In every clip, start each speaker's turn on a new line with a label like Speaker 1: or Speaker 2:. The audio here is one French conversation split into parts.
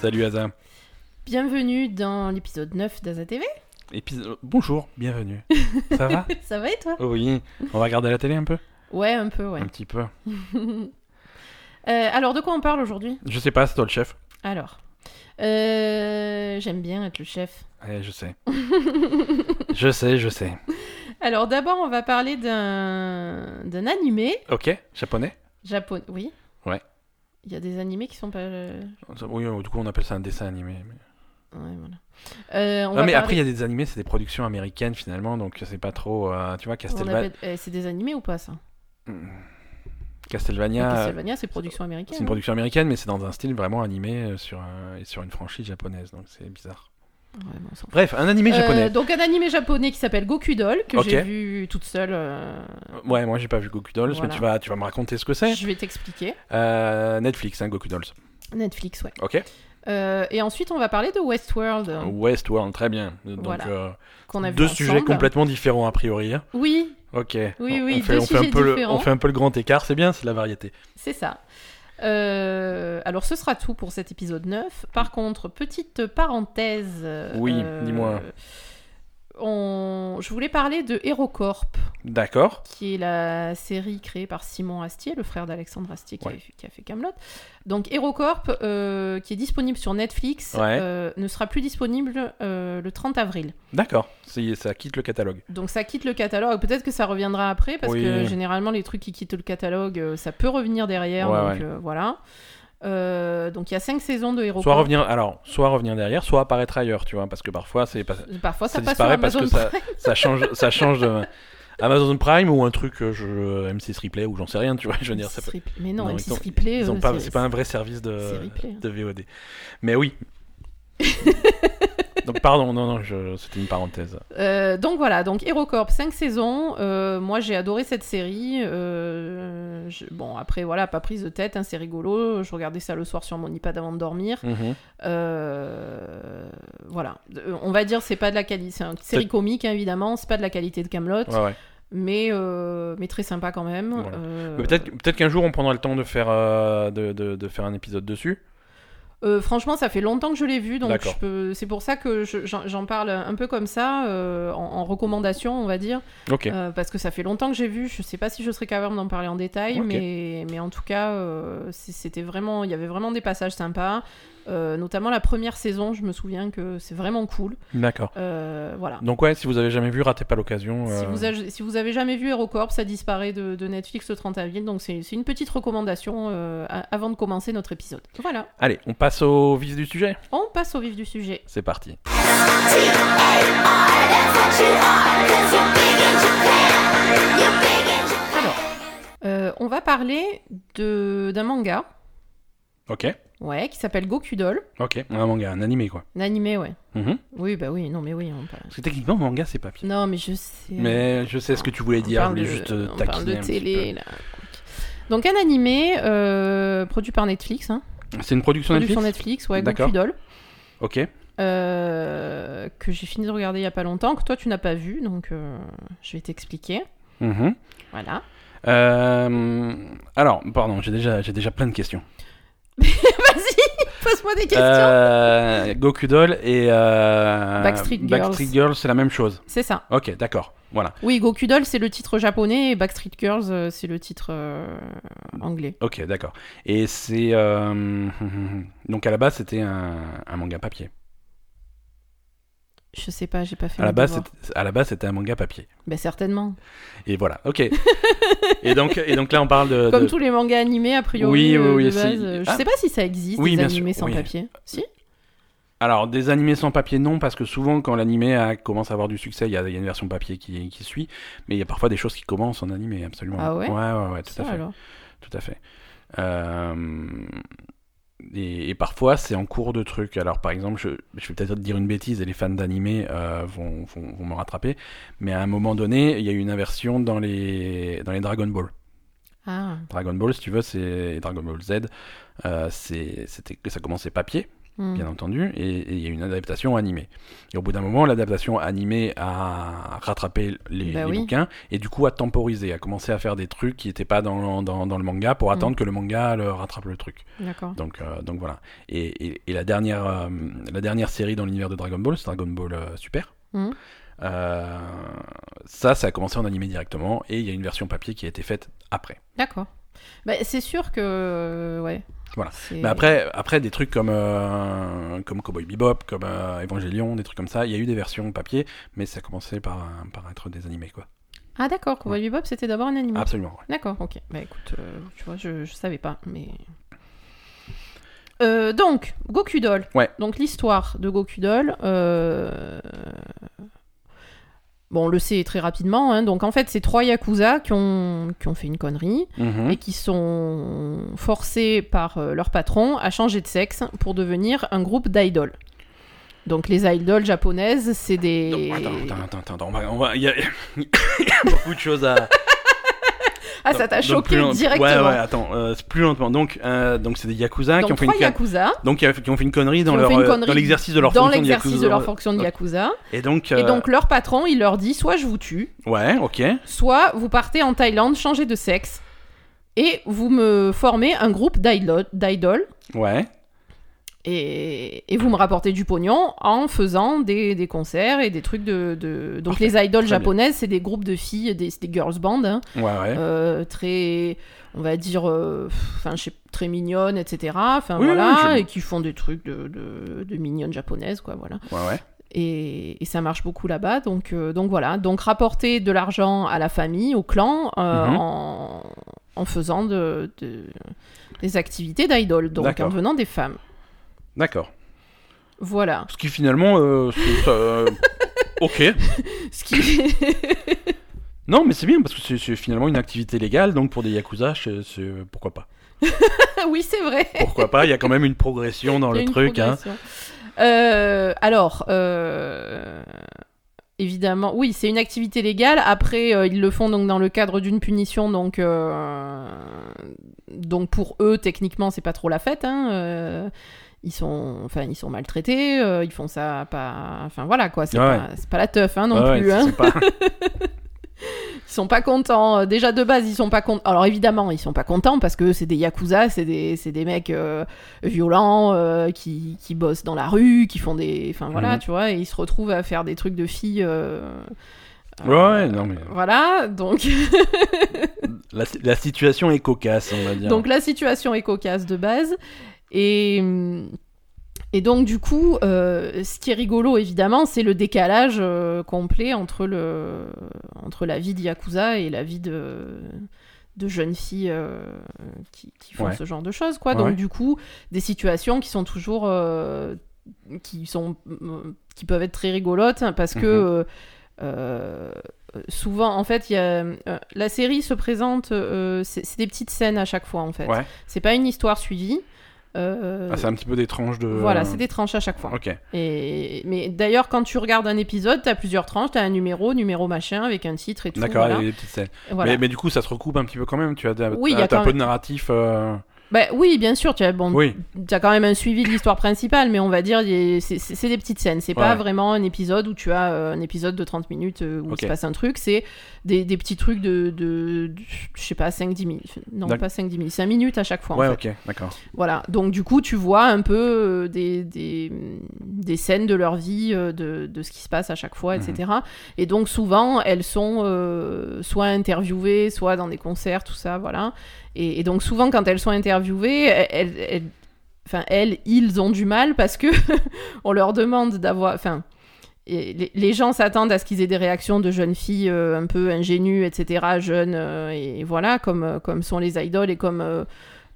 Speaker 1: Salut Asa.
Speaker 2: Ben. Bienvenue dans l'épisode 9 d'Aza TV.
Speaker 1: Épisode- Bonjour, bienvenue. Ça va
Speaker 2: Ça va et toi
Speaker 1: Oh Oui. On va regarder la télé un peu
Speaker 2: Ouais, un peu, ouais.
Speaker 1: Un petit peu.
Speaker 2: Euh, alors, de quoi on parle aujourd'hui
Speaker 1: Je sais pas, c'est toi le chef.
Speaker 2: Alors, euh, j'aime bien être le chef.
Speaker 1: Ouais, Eh, je sais. je sais, je sais.
Speaker 2: Alors, d'abord, on va parler d'un d'un animé
Speaker 1: Ok, japonais
Speaker 2: japonais. Oui
Speaker 1: Ouais.
Speaker 2: Il y a des animés qui sont pas. euh,
Speaker 1: Oui, du coup on appelle ça un dessin animé.
Speaker 2: Ouais, voilà. Euh, on
Speaker 1: non
Speaker 2: va
Speaker 1: mais
Speaker 2: parler-
Speaker 1: après il y a des animés, c'est des productions américaines finalement, donc c'est pas trop... euh, tu vois,
Speaker 2: on
Speaker 1: Castelva-
Speaker 2: appelle- eh, c'est des animés ou pas ça
Speaker 1: Castlevania... euh,
Speaker 2: Castlevania, c'est production américaine.
Speaker 1: C'est une production américaine, mais c'est dans un style vraiment animé euh, sur, un- et sur une franchise japonaise, donc c'est bizarre.
Speaker 2: Ouais, bon, on s'en fout.
Speaker 1: Bref, un animé
Speaker 2: Euh,
Speaker 1: japonais.
Speaker 2: donc un animé japonais qui s'appelle Goku Doll que
Speaker 1: Ok.
Speaker 2: j'ai vu toute seule. euh,
Speaker 1: Ouais, moi j'ai pas vu Goku Dolls, mais
Speaker 2: Voilà.
Speaker 1: tu vas, tu vas me raconter ce que c'est.
Speaker 2: Je vais t'expliquer.
Speaker 1: Euh, Netflix, hein, Goku Dolls.
Speaker 2: Netflix, ouais.
Speaker 1: Ok.
Speaker 2: Euh, et ensuite, on va parler de Westworld, euh,
Speaker 1: Westworld, très bien. Donc,
Speaker 2: Voilà.
Speaker 1: euh,
Speaker 2: qu'on a vu
Speaker 1: Ah deux
Speaker 2: ensemble.
Speaker 1: sujets complètement différents a priori. hein.
Speaker 2: Oui,
Speaker 1: Ok.
Speaker 2: Oui,
Speaker 1: On-
Speaker 2: oui,
Speaker 1: on fait,
Speaker 2: deux
Speaker 1: on fait un
Speaker 2: sujets
Speaker 1: peu le,
Speaker 2: différents.
Speaker 1: on fait un peu le grand écart, c'est bien, c'est de la variété.
Speaker 2: c'est ça. Euh, alors, ce sera tout pour cet épisode 9. Par contre, petite parenthèse. euh,
Speaker 1: Oui, dis-moi.
Speaker 2: on- Je voulais parler de HeroCorp,
Speaker 1: D'accord.
Speaker 2: qui est la série créée par Simon Astier, le frère d'Alexandre Astier qui,
Speaker 1: Ouais.
Speaker 2: a, fait- qui a fait Camelot. Donc HeroCorp, euh, qui est disponible sur Netflix,
Speaker 1: Ouais.
Speaker 2: euh, ne sera plus disponible euh, le 30 avril.
Speaker 1: D'accord. C'est- Ça quitte le catalogue.
Speaker 2: Donc ça quitte le catalogue. Peut-être que ça reviendra après parce
Speaker 1: Oui.
Speaker 2: que généralement les trucs qui quittent le catalogue, euh, ça peut revenir derrière.
Speaker 1: Ouais,
Speaker 2: donc
Speaker 1: ouais.
Speaker 2: euh, voilà. Euh, donc il y a cinq saisons de Hero.
Speaker 1: Soit revenir, alors, soit revenir derrière, soit apparaître ailleurs, tu vois, parce que parfois c'est pas-
Speaker 2: Parfois Oh, ça,
Speaker 1: ça
Speaker 2: passe sur
Speaker 1: disparaît parce
Speaker 2: Amazon.
Speaker 1: que ça, ça change, ça change de Amazon Prime ou un truc euh, je, M6 Replay ou j'en sais rien, tu vois. Je veux dire, ça peut-
Speaker 2: Prime. Mais non,
Speaker 1: ils
Speaker 2: M6
Speaker 1: ont-
Speaker 2: Replay,
Speaker 1: ils ont
Speaker 2: euh,
Speaker 1: pas-
Speaker 2: c'est-
Speaker 1: c'est pas un vrai service
Speaker 2: c'est hein.
Speaker 1: de,
Speaker 2: Replay.
Speaker 1: de VOD. Mais oui. Donc pardon, non, non, je- c'était une parenthèse.
Speaker 2: Euh, donc voilà, donc HeroCorp, 5 saisons. Euh, moi, j'ai adoré cette série. Euh, je- Bon, après, voilà, pas prise de tête, hein, c'est rigolo. Je regardais ça le soir sur mon iPad avant de dormir.
Speaker 1: Mhm.
Speaker 2: Euh, Voilà. Euh, On va dire, c'est pas de la qualité. C'est une série comique, hein, évidemment. C'est pas de la qualité de Camelot,
Speaker 1: Ouais, ouais.
Speaker 2: mais, euh, mais très sympa quand même.
Speaker 1: Voilà.
Speaker 2: Euh,
Speaker 1: Mais Peut-être peut qu'un jour on prendra le temps de faire, euh, de, de- de faire un épisode dessus.
Speaker 2: euh, franchement, ça fait longtemps que je l'ai vu, donc
Speaker 1: D'accord.
Speaker 2: je peux- c'est pour ça que je- j'en j'en parle un peu comme ça, euh, en- en recommandation, on va dire.
Speaker 1: Ok.
Speaker 2: Euh, parce que ça fait longtemps que j'ai vu. Je sais pas si je serais capable d'en parler en détail,
Speaker 1: Ok.
Speaker 2: mais, mais en tout cas, euh, c'est- c'était vraiment, il y avait vraiment des passages sympas. Euh, notamment la première saison, je me souviens que c'est vraiment cool.
Speaker 1: D'accord.
Speaker 2: Euh, voilà.
Speaker 1: Donc ouais, si vous avez jamais vu, ratez pas l'occasion.
Speaker 2: Si,
Speaker 1: euh,
Speaker 2: vous avez, si vous avez jamais vu HeroCorp, ça disparaît de, de Netflix le 30 avril, donc c'est c'est une petite recommandation euh, a- avant de commencer notre épisode. Voilà,
Speaker 1: Allez, on passe au vif du sujet.
Speaker 2: on passe au vif du sujet.
Speaker 1: C'est parti.
Speaker 2: Alors, euh, on va parler de- d'un manga,
Speaker 1: Ok.
Speaker 2: ouais, qui s'appelle Goku Doll,
Speaker 1: Ok. Un manga, un animé quoi.
Speaker 2: un animé, ouais.
Speaker 1: Mhm.
Speaker 2: Oui, bah oui, non mais oui, on parle.
Speaker 1: Parce que techniquement, manga c'est papier.
Speaker 2: Non, mais je sais.
Speaker 1: Mais je sais ce que tu voulais
Speaker 2: On
Speaker 1: dire. Je
Speaker 2: parle
Speaker 1: voulais
Speaker 2: de-
Speaker 1: juste euh,
Speaker 2: on
Speaker 1: taquiner.
Speaker 2: parle de
Speaker 1: un petit
Speaker 2: télé, là. Donc, un animé euh, produit par Netflix, hein.
Speaker 1: peu. C'est une production
Speaker 2: produit
Speaker 1: Netflix.
Speaker 2: sur Netflix, ouais,
Speaker 1: D'accord.
Speaker 2: Goku Doll,
Speaker 1: Ok.
Speaker 2: euh, que j'ai fini de regarder il y a pas longtemps, que toi tu n'as pas vu, donc euh, je vais t'expliquer.
Speaker 1: Mhm.
Speaker 2: Voilà.
Speaker 1: Euh, alors, pardon, j'ai déjà, j'ai déjà plein de questions.
Speaker 2: Vas-y, pose-moi des questions.
Speaker 1: Euh, Goku Doll et euh,
Speaker 2: Backstreet Girls.
Speaker 1: Backstreet Girls, c'est la même chose.
Speaker 2: C'est ça.
Speaker 1: Ok, d'accord. Voilà.
Speaker 2: Oui, Goku Doll, c'est le titre japonais et Backstreet Girls, euh, c'est le titre euh, anglais.
Speaker 1: Ok, d'accord. Et c'est euh, donc à la base c'était un, un manga papier.
Speaker 2: Je sais pas, j'ai pas fait
Speaker 1: À la
Speaker 2: mes
Speaker 1: base,
Speaker 2: devoirs.
Speaker 1: c'était- à la base c'était un manga papier.
Speaker 2: Ben, certainement.
Speaker 1: Et voilà. Ok. et donc et donc là on parle de.
Speaker 2: Comme
Speaker 1: de-
Speaker 2: tous les mangas animés, a priori,
Speaker 1: Oui, oui,
Speaker 2: euh,
Speaker 1: oui,
Speaker 2: de
Speaker 1: c'est-
Speaker 2: base. euh, Je
Speaker 1: Ah.
Speaker 2: sais pas si ça existe,
Speaker 1: Oui,
Speaker 2: des
Speaker 1: bien
Speaker 2: animés
Speaker 1: sûr,
Speaker 2: sans
Speaker 1: oui.
Speaker 2: papier. Si
Speaker 1: Alors des animés sans papier non parce que souvent quand l'animé a- commence à avoir du succès il y a, il y a une version papier qui, qui suit mais il y a parfois des choses qui commencent en animé absolument.
Speaker 2: Ah ouais
Speaker 1: Ouais ouais ouais tout
Speaker 2: Ça,
Speaker 1: à fait.
Speaker 2: alors.
Speaker 1: Tout à fait. Euh, et, et parfois, c'est en cours de truc. Alors, par exemple, je, je vais peut-être te dire une bêtise et les fans d'animé euh, vont, vont, vont me rattraper. Mais à un moment donné, il y a eu une inversion dans les, dans les Dragon Ball.
Speaker 2: Ah,
Speaker 1: Dragon Ball, si tu veux, c'est Dragon Ball Z. euh, c'est- c'était que ça commençait papier.
Speaker 2: Hmm.
Speaker 1: bien entendu, et et il y a une adaptation animée. Et au bout d'un moment, l'adaptation animée a rattrapé les,
Speaker 2: Bah
Speaker 1: les
Speaker 2: oui.
Speaker 1: bouquins et du coup a temporisé, a commencé à faire des trucs qui n'étaient pas dans, dans- dans le manga
Speaker 2: Mm.
Speaker 1: pour attendre que le manga le rattrape le truc.
Speaker 2: D'accord.
Speaker 1: Donc, euh, donc voilà. Et, et- et la, dernière, euh, la dernière série dans l'univers de Dragon Ball, c'est Dragon Ball euh, Super.
Speaker 2: Hmm.
Speaker 1: Euh, ça, ça a commencé en animé directement et il y a une version papier qui a été faite après.
Speaker 2: D'accord. Bah, c'est sûr que. euh, Ouais.
Speaker 1: Voilà.
Speaker 2: C'est-
Speaker 1: Mais après, après des trucs comme, euh, comme Cowboy Bebop, comme euh, Evangelion, des trucs comme ça, il y a eu des versions papier, mais ça a commencé par, un- par être des animés, quoi.
Speaker 2: Ah, d'accord. Cowboy Bebop, c'était d'abord un anime.
Speaker 1: Absolument. ouais.
Speaker 2: D'accord, ok. Bah écoute, euh, tu vois, je, je savais pas, mais. Euh, donc, Goku Doll.
Speaker 1: Ouais.
Speaker 2: Donc, l'histoire de Goku Doll. euh, Bon, on le sait très rapidement. hein. Donc, en fait, c'est trois Yakuza qui ont, qui ont fait une connerie
Speaker 1: Mhm.
Speaker 2: et qui sont forcés par euh, leur patron à changer de sexe pour devenir un groupe d'idoles. Donc, les idoles japonaises, c'est des.
Speaker 1: Donc, attends, attends, attends, attends, attends, on va- on va- il y a il y a beaucoup de choses à,
Speaker 2: ah, ça t'a
Speaker 1: Donc,
Speaker 2: choqué
Speaker 1: plus lent-
Speaker 2: directement.
Speaker 1: Ouais, ouais, attends, euh, c'est plus lentement. Donc, euh, donc c'est des yakuza qui
Speaker 2: Donc,
Speaker 1: ont fait
Speaker 2: trois
Speaker 1: une con-
Speaker 2: Yakuza.
Speaker 1: donc euh, qui a- qui ont fait une connerie dans
Speaker 2: Qui ont
Speaker 1: leur
Speaker 2: fait une
Speaker 1: euh,
Speaker 2: connerie
Speaker 1: dans l'exercice de leur
Speaker 2: dans
Speaker 1: fonction de
Speaker 2: l'exercice
Speaker 1: yakuza.
Speaker 2: de leur fonction de yakuza.
Speaker 1: Et donc,
Speaker 2: Et
Speaker 1: euh,
Speaker 2: donc leur patron, il leur dit soit je vous tue,
Speaker 1: ouais, ok.
Speaker 2: soit vous partez en Thaïlande, changez de sexe, et vous me formez un groupe d'idol- d'idoles,
Speaker 1: Ouais.
Speaker 2: et, et vous me rapportez du pognon en faisant des, des concerts et des trucs de... de- Donc
Speaker 1: Parfait,
Speaker 2: les idoles
Speaker 1: très bien.
Speaker 2: japonaises, c'est des groupes de filles, des, c'est des girls bands, hein,
Speaker 1: Ouais, ouais.
Speaker 2: euh, très, on va dire, euh, enfin, je sais- très mignonnes, etc. Enfin
Speaker 1: Oui, oui,
Speaker 2: voilà,
Speaker 1: je-
Speaker 2: et qui font des trucs de, de, de mignonnes japonaises, quoi, voilà.
Speaker 1: Ouais, ouais.
Speaker 2: et, et ça marche beaucoup là-bas. Donc, euh, donc voilà, donc rapporter de l'argent à la famille, au clan, euh,
Speaker 1: Mhm.
Speaker 2: en, en faisant de, de- des activités d'idol, donc
Speaker 1: D'accord.
Speaker 2: en venant des femmes.
Speaker 1: D'accord.
Speaker 2: Voilà.
Speaker 1: Ce qui finalement, euh, c'est- ça, euh, ok.
Speaker 2: Ce qui...
Speaker 1: Non, mais c'est bien parce que c'est- c'est finalement une activité légale, donc pour des yakuza, je- c'est- pourquoi pas.
Speaker 2: oui, c'est vrai.
Speaker 1: Pourquoi pas Il y a quand même une progression
Speaker 2: Il y
Speaker 1: dans
Speaker 2: a
Speaker 1: le
Speaker 2: une
Speaker 1: truc, hein.
Speaker 2: progression. Euh, alors, euh, évidemment, oui, c'est une activité légale. Après, euh, ils le font donc dans le cadre d'une punition, donc euh, donc pour eux, techniquement, c'est pas trop la fête. hein, euh, Ils sont, enfin, ils sont maltraités. euh, ils font ça pas, enfin voilà quoi. C'est
Speaker 1: Ouais,
Speaker 2: pas, c'est pas la teuf hein, non
Speaker 1: Ouais, ouais,
Speaker 2: plus.
Speaker 1: c'est-
Speaker 2: hein.
Speaker 1: c'est pas-
Speaker 2: Ils sont pas contents. Euh, Déjà de base, ils sont pas contents. Alors évidemment, ils sont pas contents parce que c'est des yakuza, c'est des, c'est des mecs euh, violents euh, qui, qui bossent dans la rue, qui font des. Enfin voilà,
Speaker 1: Mhm.
Speaker 2: tu vois, et ils se retrouvent à faire des trucs de filles. euh,
Speaker 1: Ouais, ouais, non, mais
Speaker 2: Voilà, donc,
Speaker 1: la, la situation est cocasse, on va dire.
Speaker 2: donc la situation est cocasse de base. Et. Et donc, du coup, euh, ce qui est rigolo, évidemment, c'est le décalage euh, complet entre, le, entre la vie de Yakuza et la vie de, de jeunes filles euh, qui, qui font
Speaker 1: Ouais.
Speaker 2: ce genre de choses, quoi.
Speaker 1: Ouais,
Speaker 2: donc,
Speaker 1: ouais.
Speaker 2: du coup, des situations qui sont toujours... euh, qui, sont, euh, qui peuvent être très rigolotes, hein, parce que...
Speaker 1: Mhm.
Speaker 2: euh, euh, souvent, en fait, il y a, euh, la série se présente... euh, c'est c'est des petites scènes à chaque fois, en fait.
Speaker 1: Ouais.
Speaker 2: C'est pas une histoire suivie. euh,
Speaker 1: Ah, c'est un petit peu des tranches de.
Speaker 2: voilà, c'est des tranches à chaque fois.
Speaker 1: Ok.
Speaker 2: Et... Mais d'ailleurs, quand tu regardes un épisode, t'as plusieurs tranches, t'as un numéro, numéro machin, avec un titre et tout.
Speaker 1: D'accord,
Speaker 2: voilà.
Speaker 1: il y a des petites scènes.
Speaker 2: Voilà.
Speaker 1: Mais, mais du coup, ça se recoupe un petit peu quand même. Tu as, t'as-
Speaker 2: Oui, il y a
Speaker 1: t'as
Speaker 2: quand
Speaker 1: un peu
Speaker 2: même-
Speaker 1: de narratif. euh,
Speaker 2: Bah oui, bien sûr, tu as, bon,
Speaker 1: Oui,
Speaker 2: tu as quand même un suivi de l'histoire principale, mais on va dire, il y a- c'est c'est- c'est des petites scènes. C'est pas
Speaker 1: Ouais.
Speaker 2: vraiment un épisode où tu as euh, un épisode de 30 minutes euh, où
Speaker 1: Ok.
Speaker 2: il se passe un truc. C'est des, des petits trucs de, de, de- je sais pas, 5-10 minutes. Non,
Speaker 1: D'ac-
Speaker 2: pas 5-10 minutes, 5 minutes à chaque fois. en
Speaker 1: ouais,
Speaker 2: fait.
Speaker 1: ok, d'accord.
Speaker 2: Voilà, donc du coup, tu vois un peu euh, des, des, des scènes de leur vie, euh, de, de ce qui se passe à chaque fois, etc. Et donc souvent, elles sont euh, soit interviewées, soit dans des concerts, tout ça, voilà. Et, et donc souvent, quand elles sont interviewées, e-, elles... elles- elles- Enfin, elles, ils ont du mal parce que on leur demande d'avoir. Enfin, et les, les gens s'attendent à ce qu'ils aient des réactions de jeunes filles euh, un peu ingénues, etc., jeunes, euh, et voilà, comme, euh, comme sont les idoles et comme, euh,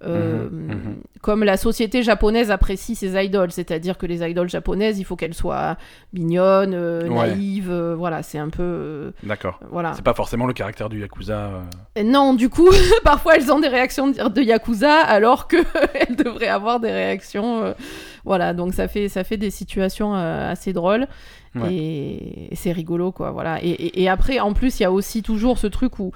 Speaker 2: euh,
Speaker 1: Mhm, mhm.
Speaker 2: comme la société japonaise apprécie ses idoles, c'est-à-dire que les idoles japonaises, il faut qu'elles soient mignonnes, euh,
Speaker 1: Ouais.
Speaker 2: naïves, euh, voilà, c'est un peu... euh,
Speaker 1: D'accord.
Speaker 2: voilà.
Speaker 1: C'est pas forcément le caractère du Yakuza. euh.
Speaker 2: Et non, du coup, parfois elles ont des réactions de, de Yakuza alors qu'elles devraient avoir des réactions. euh, voilà, donc ça fait, ça fait des situations euh, assez drôles.
Speaker 1: Ouais.
Speaker 2: Et, et c'est rigolo, quoi. Voilà. Et, et- et après, en plus, il y a aussi toujours ce truc où,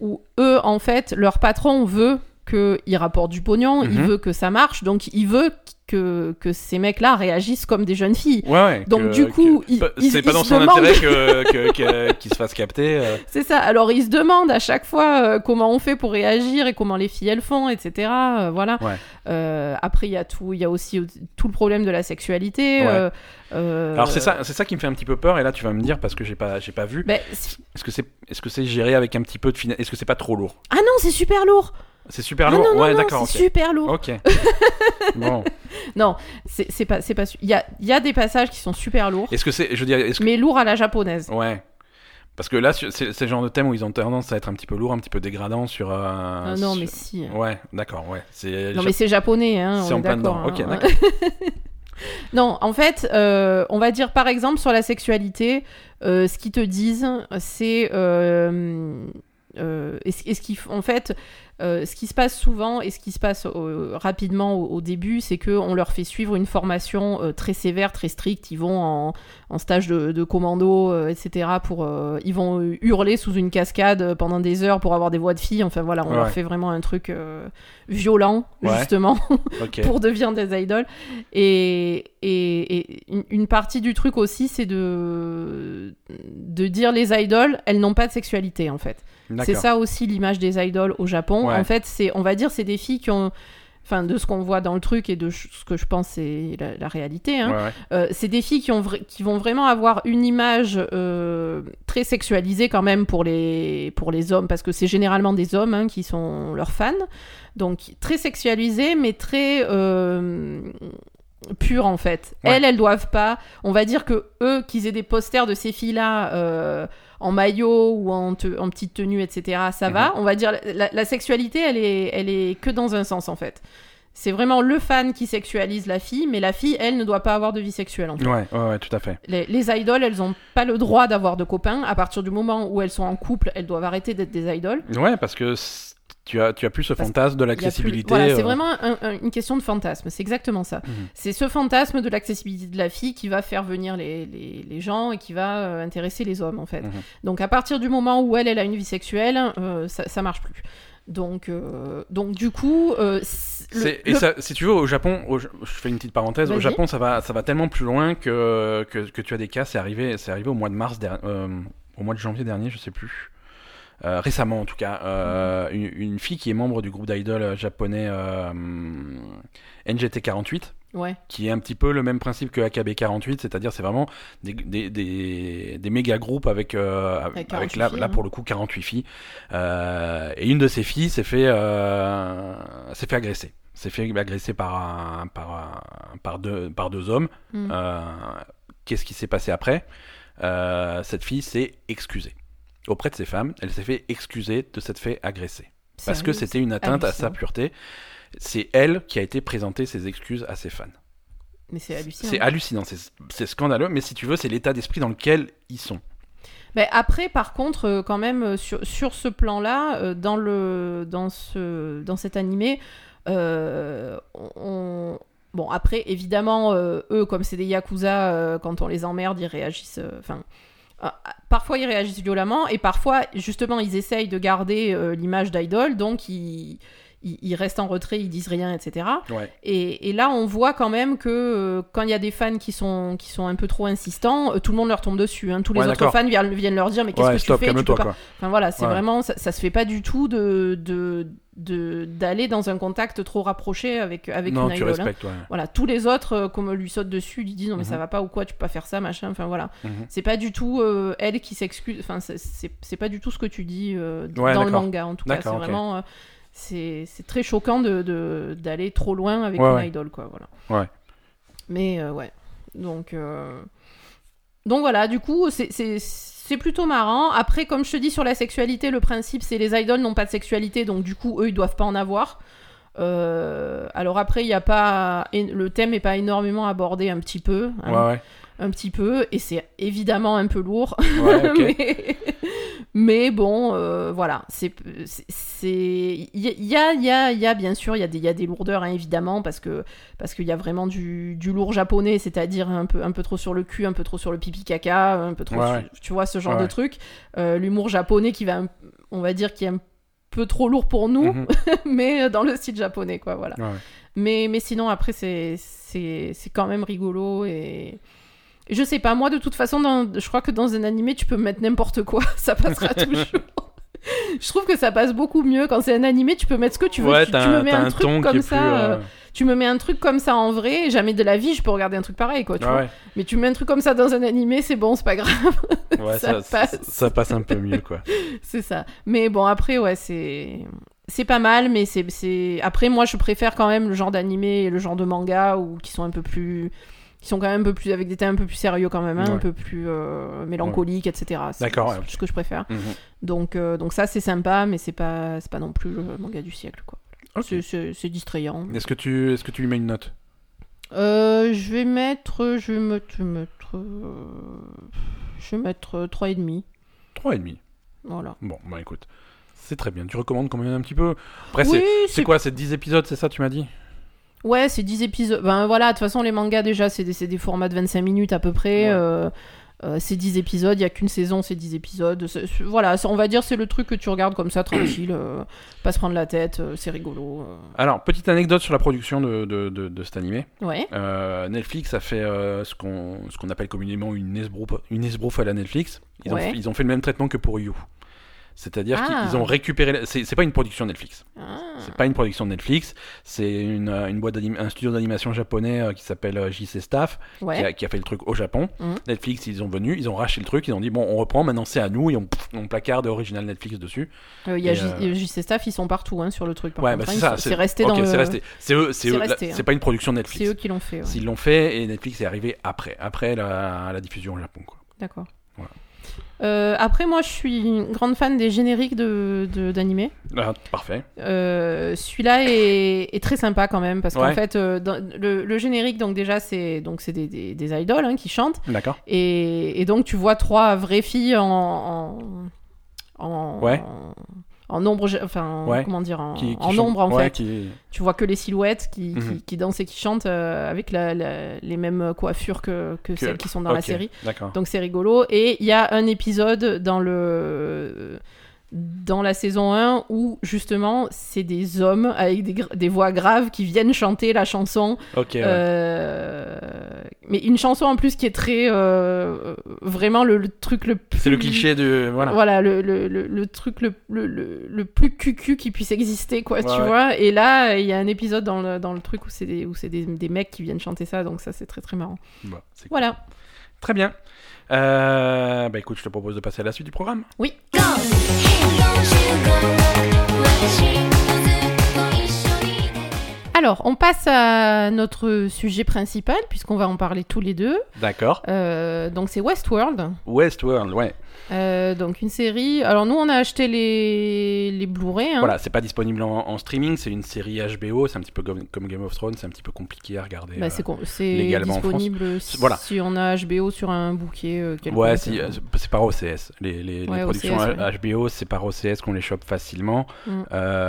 Speaker 2: où eux, en fait, leur patron veut qu'il rapporte du pognon, il
Speaker 1: Mhm.
Speaker 2: veut que ça marche, donc il veut que, que ces mecs-là réagissent comme des jeunes filles.
Speaker 1: Ouais, ouais,
Speaker 2: Donc,
Speaker 1: que-
Speaker 2: du coup,
Speaker 1: que-
Speaker 2: il-
Speaker 1: pas-
Speaker 2: il-
Speaker 1: c'est pas
Speaker 2: il
Speaker 1: dans
Speaker 2: se
Speaker 1: son
Speaker 2: demande.
Speaker 1: intérêt que, que- que- qu'il se fasse capter. euh.
Speaker 2: C'est ça. Alors il se demande à chaque fois euh, comment on fait pour réagir et comment les filles elles font, etc. Euh, voilà.
Speaker 1: Ouais.
Speaker 2: Euh, après il y a tout, il y a aussi euh, tout le problème de la sexualité.
Speaker 1: Ouais.
Speaker 2: euh, euh,
Speaker 1: Alors c'est ça, c'est ça qui me fait un petit peu peur. Et là, tu vas me dire parce que j'ai pas, j'ai pas vu.
Speaker 2: ben, c'est-
Speaker 1: Est-ce que c'est, est-ce que c'est géré avec un petit peu de finesse Est-ce que c'est pas trop lourd
Speaker 2: ah non, c'est super lourd.
Speaker 1: C'est super
Speaker 2: Ah
Speaker 1: lourd.
Speaker 2: non, non,
Speaker 1: ouais,
Speaker 2: non,
Speaker 1: d'accord.
Speaker 2: c'est
Speaker 1: ok.
Speaker 2: super lourd.
Speaker 1: Ok. bon.
Speaker 2: C'est c'est pas, c'est pas. su- Il y a, il y a des passages qui sont super lourds,
Speaker 1: Est-ce que c'est, je veux dire, est-ce que,
Speaker 2: mais lourds à la japonaise.
Speaker 1: ouais. Parce que là, sur- c'est, c'est le genre de thème où ils ont tendance à être un petit peu lourd, un petit peu dégradant sur. euh,
Speaker 2: Ah non,
Speaker 1: sur-
Speaker 2: mais si.
Speaker 1: Ouais, d'accord, ouais. C'est.
Speaker 2: Non mais c'est japonais, hein,
Speaker 1: C'est
Speaker 2: on
Speaker 1: en
Speaker 2: est
Speaker 1: plein
Speaker 2: d'accord.
Speaker 1: dedans. Ok,
Speaker 2: hein.
Speaker 1: d'accord.
Speaker 2: Non, en fait, euh, on va dire par exemple sur la sexualité, euh, ce qu'ils te disent, c'est. euh, euh, et ce, et ce qui, f- en fait, euh, ce qui se passe souvent et ce qui se passe euh, rapidement au, au début, c'est qu'on leur fait suivre une formation euh, très sévère, très stricte. Ils vont en, en stage de, de commando, euh, etc. Pour, euh, ils vont euh, hurler sous une cascade euh, pendant des heures pour avoir des voix de filles. Enfin voilà, on leur
Speaker 1: Ouais.
Speaker 2: fait vraiment un truc euh, violent,
Speaker 1: Ouais.
Speaker 2: justement
Speaker 1: ok.
Speaker 2: pour devenir des idoles. Et, et, et une- une partie du truc aussi, c'est de, de dire les idoles, elles n'ont pas de sexualité en fait. C'est
Speaker 1: D'accord.
Speaker 2: ça aussi l'image des idoles au Japon.
Speaker 1: Ouais.
Speaker 2: En fait, c'est, on va dire, c'est des filles qui ont. Enfin, de ce qu'on voit dans le truc et de ch- ce que je pense, c'est la, la réalité. hein.
Speaker 1: Ouais, ouais.
Speaker 2: Euh, c'est des filles qui, ont vra- qui vont vraiment avoir une image euh, très sexualisée quand même pour les, pour les hommes, parce que c'est généralement des hommes hein, qui sont leurs fans. Donc très sexualisée, mais très euh, pure en fait.
Speaker 1: Ouais.
Speaker 2: Elles, elles doivent pas. On va dire que eux, qu'ils aient des posters de ces filles-là euh, en maillot ou en, te- en petite tenue, etc., ça va. On va dire la- la, la sexualité, elle est, elle est que dans un sens en fait. C'est vraiment le fan qui sexualise la fille, mais la fille, elle, ne doit pas avoir de vie sexuelle. En fait.
Speaker 1: Ouais, ouais, ouais, tout à fait.
Speaker 2: les, les idoles, elles n'ont pas le droit d'avoir de copains. À partir du moment où elles sont en couple, elles doivent arrêter d'être des idoles.
Speaker 1: Ouais, parce que c- tu as, tu as plus ce
Speaker 2: Parce
Speaker 1: fantasme de
Speaker 2: Il y a plus-
Speaker 1: l'accessibilité.
Speaker 2: Voilà,
Speaker 1: euh,
Speaker 2: c'est vraiment un- un- une question de fantasme. C'est exactement ça.
Speaker 1: Mhm.
Speaker 2: C'est ce fantasme de l'accessibilité de la fille qui va faire venir les, les- les gens et qui va euh, intéresser les hommes, en fait.
Speaker 1: Mhm.
Speaker 2: Donc, à partir du moment où elle, elle a une vie sexuelle, euh, ça, ça marche plus. Donc, euh, donc du coup, euh, c- le-
Speaker 1: C'est- Et
Speaker 2: le-
Speaker 1: ça, si tu veux, au Japon, au- je fais une petite parenthèse, au
Speaker 2: Vas-y.
Speaker 1: Japon, ça va, ça va tellement plus loin que, que, que tu as des cas, c'est arrivé, c'est arrivé au mois de mars, der- euh, au mois de janvier dernier, je sais plus. Euh, récemment, en tout cas, euh, une, une fille qui est membre du groupe d'idol japonais euh, NGT48,
Speaker 2: ouais.
Speaker 1: qui est un petit peu le même principe que AKB48, c'est-à-dire c'est vraiment des, des, des, des méga groupes avec, euh, avec,
Speaker 2: 48
Speaker 1: là,
Speaker 2: filles,
Speaker 1: là
Speaker 2: hein.
Speaker 1: pour le coup 48 filles. Euh, et une de ces filles s'est fait, euh, s'est fait agresser. S'est fait agresser par, un, par, un- par, deux, par deux hommes.
Speaker 2: Mhm.
Speaker 1: Euh, Qu'est-ce qui s'est passé après Euh, Cette fille s'est excusée. Auprès de ses femmes, elle s'est fait excuser de s'être fait agresser. Parce que
Speaker 2: Sérieux,
Speaker 1: c'était une atteinte à sa
Speaker 2: hallucinant.
Speaker 1: pureté. C'est elle qui a été présenter ses excuses à ses fans.
Speaker 2: Mais c'est hallucinant.
Speaker 1: C'est hallucinant, c'est c'est scandaleux, mais si tu veux, c'est l'état d'esprit dans lequel ils sont.
Speaker 2: Mais après, par contre, euh, quand même, euh, sur, sur ce plan-là, euh, dans, le, dans, ce, dans cet animé, euh, on... Bon, après, évidemment, euh, eux, comme c'est des Yakuza, euh, quand on les emmerde, ils réagissent... euh, Enfin... euh, Parfois ils réagissent violemment et parfois justement ils essayent de garder euh, l'image d'idol donc ils, ils, ils restent en retrait, ils disent rien, etc.
Speaker 1: Ouais.
Speaker 2: Et, et là, on voit quand même que euh, quand il y a des fans qui sont, qui sont un peu trop insistants, euh, tout le monde leur tombe dessus. hein. Tous les
Speaker 1: Ouais,
Speaker 2: autres
Speaker 1: d'accord.
Speaker 2: fans viennent, viennent leur dire mais qu'est-ce
Speaker 1: Ouais,
Speaker 2: que
Speaker 1: stop,
Speaker 2: tu fais Tu
Speaker 1: calme-toi,
Speaker 2: peux pas-
Speaker 1: quoi.
Speaker 2: Enfin voilà, c'est
Speaker 1: Ouais.
Speaker 2: vraiment ça, ça se fait pas du tout de de- de- d'aller dans un contact trop rapproché avec avec
Speaker 1: non,
Speaker 2: une
Speaker 1: tu
Speaker 2: idole. hein.
Speaker 1: respectes, ouais.
Speaker 2: Voilà, tous les autres, euh, qu'on me lui saute dessus, lui disent non mais ça
Speaker 1: Mhm.
Speaker 2: va pas ou quoi, tu peux pas faire ça, machin. Enfin voilà,
Speaker 1: Mhm.
Speaker 2: c'est pas du tout euh, elle qui s'excuse. Enfin c'est- c'est c'est pas du tout ce que tu dis euh, d-
Speaker 1: Ouais,
Speaker 2: dans le
Speaker 1: d'accord.
Speaker 2: manga en tout cas. C'est
Speaker 1: D'accord, ok.
Speaker 2: vraiment euh, c'est c'est très choquant de- de d'aller trop loin avec
Speaker 1: Ouais,
Speaker 2: une
Speaker 1: ouais.
Speaker 2: idole quoi. Voilà.
Speaker 1: Ouais.
Speaker 2: Mais euh, ouais, donc euh, donc voilà, du coup c'est- c'est c'est plutôt marrant. Après, comme je te dis sur la sexualité, le principe c'est les idoles n'ont pas de sexualité, donc du coup eux ils doivent pas en avoir. Euh, alors après, il y a pas et le thème est pas énormément abordé un petit peu, hein,
Speaker 1: Ouais,
Speaker 2: un petit peu, et c'est évidemment un peu lourd,
Speaker 1: ouais. ouais ok.
Speaker 2: mais... mais bon, euh, voilà, c'est c'est- c'est- il y a, il y a- il y a- il y a bien sûr il y a des il y a des lourdeurs hein, évidemment parce que parce qu'il y a vraiment du, du lourd japonais, c'est-à-dire un peu un peu trop sur le cul, un peu trop sur le pipi caca, un peu trop,
Speaker 1: Ouais,
Speaker 2: sur-
Speaker 1: ouais.
Speaker 2: tu vois ce genre
Speaker 1: Ouais,
Speaker 2: de
Speaker 1: ouais.
Speaker 2: truc, Euh, l'humour japonais qui va un- on va dire qui est un peu trop lourd pour nous,
Speaker 1: Mhm.
Speaker 2: mais euh, dans le style japonais, quoi, voilà.
Speaker 1: Ah Ouais, ouais.
Speaker 2: Mais, mais sinon, après, c'est c'est- c'est quand même rigolo et... et Je sais pas, moi de toute façon, dans- je crois que dans un animé, tu peux mettre n'importe quoi, ça passera toujours. Je trouve que ça passe beaucoup mieux quand c'est un animé, tu peux mettre ce que tu veux.
Speaker 1: Ouais,
Speaker 2: tu,
Speaker 1: t'as
Speaker 2: tu me mets
Speaker 1: t'as
Speaker 2: un,
Speaker 1: ton
Speaker 2: truc
Speaker 1: qui est
Speaker 2: comme
Speaker 1: plus,
Speaker 2: ça,
Speaker 1: euh,
Speaker 2: euh, tu me mets un truc comme ça en vrai, et jamais de la vie, je peux regarder un truc pareil, quoi. tu
Speaker 1: Ah ouais,
Speaker 2: vois. Mais tu mets un truc comme ça dans un animé, c'est bon, c'est pas grave.
Speaker 1: ouais, ouais,
Speaker 2: Ça
Speaker 1: ça, ça-
Speaker 2: passe.
Speaker 1: ça passe un peu mieux, quoi.
Speaker 2: C'est ça. Mais bon, après, ouais, c'est. C'est pas mal, mais c'est, c'est. Après, moi, je préfère quand même le genre d'animé et le genre de manga ou qui sont un peu plus. qui sont quand même un peu plus. avec des thèmes un peu plus sérieux quand même, hein,
Speaker 1: Ouais.
Speaker 2: un peu plus euh, mélancoliques, etc. C'est,
Speaker 1: D'accord, ouais,
Speaker 2: c'est
Speaker 1: ok.
Speaker 2: ce que je préfère.
Speaker 1: Mhm.
Speaker 2: Donc, euh, donc ça, c'est sympa, mais c'est pas, c'est pas non plus le manga du siècle, quoi. C'est, c'est- c'est distrayant.
Speaker 1: Est-ce que, tu, est-ce que tu lui mets une note
Speaker 2: Euh, je vais mettre. Je vais mettre. je vais mettre, euh, Je vais mettre 3,5.
Speaker 1: 3,5.
Speaker 2: Voilà.
Speaker 1: Bon, bah écoute, c'est très bien. Tu recommandes quand même un petit peu Après,
Speaker 2: oui,
Speaker 1: Ah, c'est,
Speaker 2: c'est
Speaker 1: c'est quoi C'est 10 épisodes, c'est ça, tu m'as dit
Speaker 2: Ouais, c'est 10 épisodes. Ben voilà, de toute façon, les mangas, déjà, c'est des, c'est des formats de 25 minutes à peu près.
Speaker 1: Ouais.
Speaker 2: euh, euh, c'est 10 épisodes, il n'y a qu'une saison, c'est 10 épisodes. C'est- c'est- voilà, ça, on va dire, c'est le truc que tu regardes comme ça, tranquille, euh, pas se prendre la tête, euh, c'est rigolo. euh.
Speaker 1: Alors, petite anecdote sur la production de, de, de- de cet animé.
Speaker 2: Ouais,
Speaker 1: Euh, Netflix a fait euh, ce, qu'on, ce qu'on appelle communément une esbrouffe, une esbrouffe à la Netflix. Ils,
Speaker 2: Ouais.
Speaker 1: ont, ils ont fait le même traitement que pour You. C'est-à-dire
Speaker 2: Ah.
Speaker 1: qu'ils ont récupéré. la- C'est, c'est pas une production Netflix.
Speaker 2: Ah,
Speaker 1: C'est pas une production de Netflix. C'est une, euh, une boîte d'anim- un studio d'animation japonais euh, qui s'appelle euh, JC Staff. qui
Speaker 2: ouais.
Speaker 1: a, qui a fait le truc au Japon.
Speaker 2: Mhm.
Speaker 1: Netflix, ils ont venu, ils ont racheté le truc, ils ont dit bon, on reprend, maintenant c'est à nous, et on, pff, on placarde original Netflix dessus.
Speaker 2: Euh, Il y a
Speaker 1: et,
Speaker 2: J-
Speaker 1: euh,
Speaker 2: JC Staff, ils sont partout hein, sur le truc. Par
Speaker 1: ouais,
Speaker 2: contre,
Speaker 1: bah
Speaker 2: hein,
Speaker 1: c'est
Speaker 2: ils
Speaker 1: ça,
Speaker 2: sont- c'est resté dans
Speaker 1: ok, c'est
Speaker 2: le-
Speaker 1: resté. C'est eux, c'est
Speaker 2: c'est
Speaker 1: eux, là,
Speaker 2: resté, hein.
Speaker 1: c'est pas une production
Speaker 2: C'est
Speaker 1: Netflix.
Speaker 2: eux qui l'ont fait, ouais.
Speaker 1: S'ils l'ont fait, et Netflix est arrivé après, après la, la diffusion au Japon. Quoi.
Speaker 2: D'accord.
Speaker 1: Voilà.
Speaker 2: Euh, après, moi, je suis une grande fan des génériques de- de- d'animés.
Speaker 1: Ah, parfait.
Speaker 2: Euh, celui-là est, est très sympa quand même parce qu'en
Speaker 1: Ouais.
Speaker 2: fait euh, dans- le, le générique donc déjà c'est donc c'est des, des, des idoles hein, qui chantent
Speaker 1: D'accord.
Speaker 2: et, et donc tu vois trois vraies filles en en, en-
Speaker 1: Ouais.
Speaker 2: en, en nombre gé- enfin
Speaker 1: Ouais.
Speaker 2: comment dire en,
Speaker 1: Qui- qui
Speaker 2: en
Speaker 1: chante-
Speaker 2: nombre en
Speaker 1: ouais,
Speaker 2: fait
Speaker 1: qui-
Speaker 2: tu vois que les silhouettes qui,
Speaker 1: Mhm.
Speaker 2: qui, qui dansent et qui chantent euh, avec la- la- les mêmes coiffures que, que, celles qui sont dans la
Speaker 1: ok,
Speaker 2: série
Speaker 1: D'accord.
Speaker 2: donc c'est rigolo. Et il y a un épisode dans le dans la saison 1 où justement c'est des hommes avec des, gra- des voix graves qui viennent chanter la chanson
Speaker 1: Ok. ouais.
Speaker 2: Euh, mais une chanson en plus qui est très euh, vraiment le, le truc le plus
Speaker 1: C'est le cliché de. Voilà.
Speaker 2: voilà, le, le, le, le truc le, le, le, le plus cucu qui puisse exister, quoi,
Speaker 1: Ouais,
Speaker 2: tu
Speaker 1: ouais.
Speaker 2: vois. Et là, il y a un épisode dans le, dans le truc où c'est des, où c'est des, des mecs qui viennent chanter ça, donc ça, c'est très très marrant.
Speaker 1: Bah, c'est cool.
Speaker 2: Voilà.
Speaker 1: Très bien. Euh, bah écoute, je te propose de passer à la suite du programme.
Speaker 3: 「変顔集合私とずっと一緒にいて」
Speaker 2: Alors, on passe à notre sujet principal, puisqu'on va en parler tous les deux.
Speaker 1: D'accord.
Speaker 2: Euh, donc, c'est Westworld.
Speaker 1: Westworld, ouais.
Speaker 2: Euh, donc, une série. Alors, nous, on a acheté les, les Blu-ray. hein.
Speaker 1: Voilà, c'est pas disponible en, en streaming, c'est une série HBO, c'est un petit peu comme, comme Game of Thrones, c'est un petit peu compliqué à regarder.
Speaker 2: Bah,
Speaker 1: euh.
Speaker 2: c'est con- c'est
Speaker 1: légalement en France.
Speaker 2: disponible si,
Speaker 1: Voilà.
Speaker 2: si on a HBO sur un bouquet euh, quelconque.
Speaker 1: Ouais, si, euh, c'est- c'est par OCS. Les, les- les
Speaker 2: Ouais,
Speaker 1: productions
Speaker 2: OCS, ouais.
Speaker 1: HBO, c'est par OCS qu'on les chope facilement.
Speaker 2: Mm.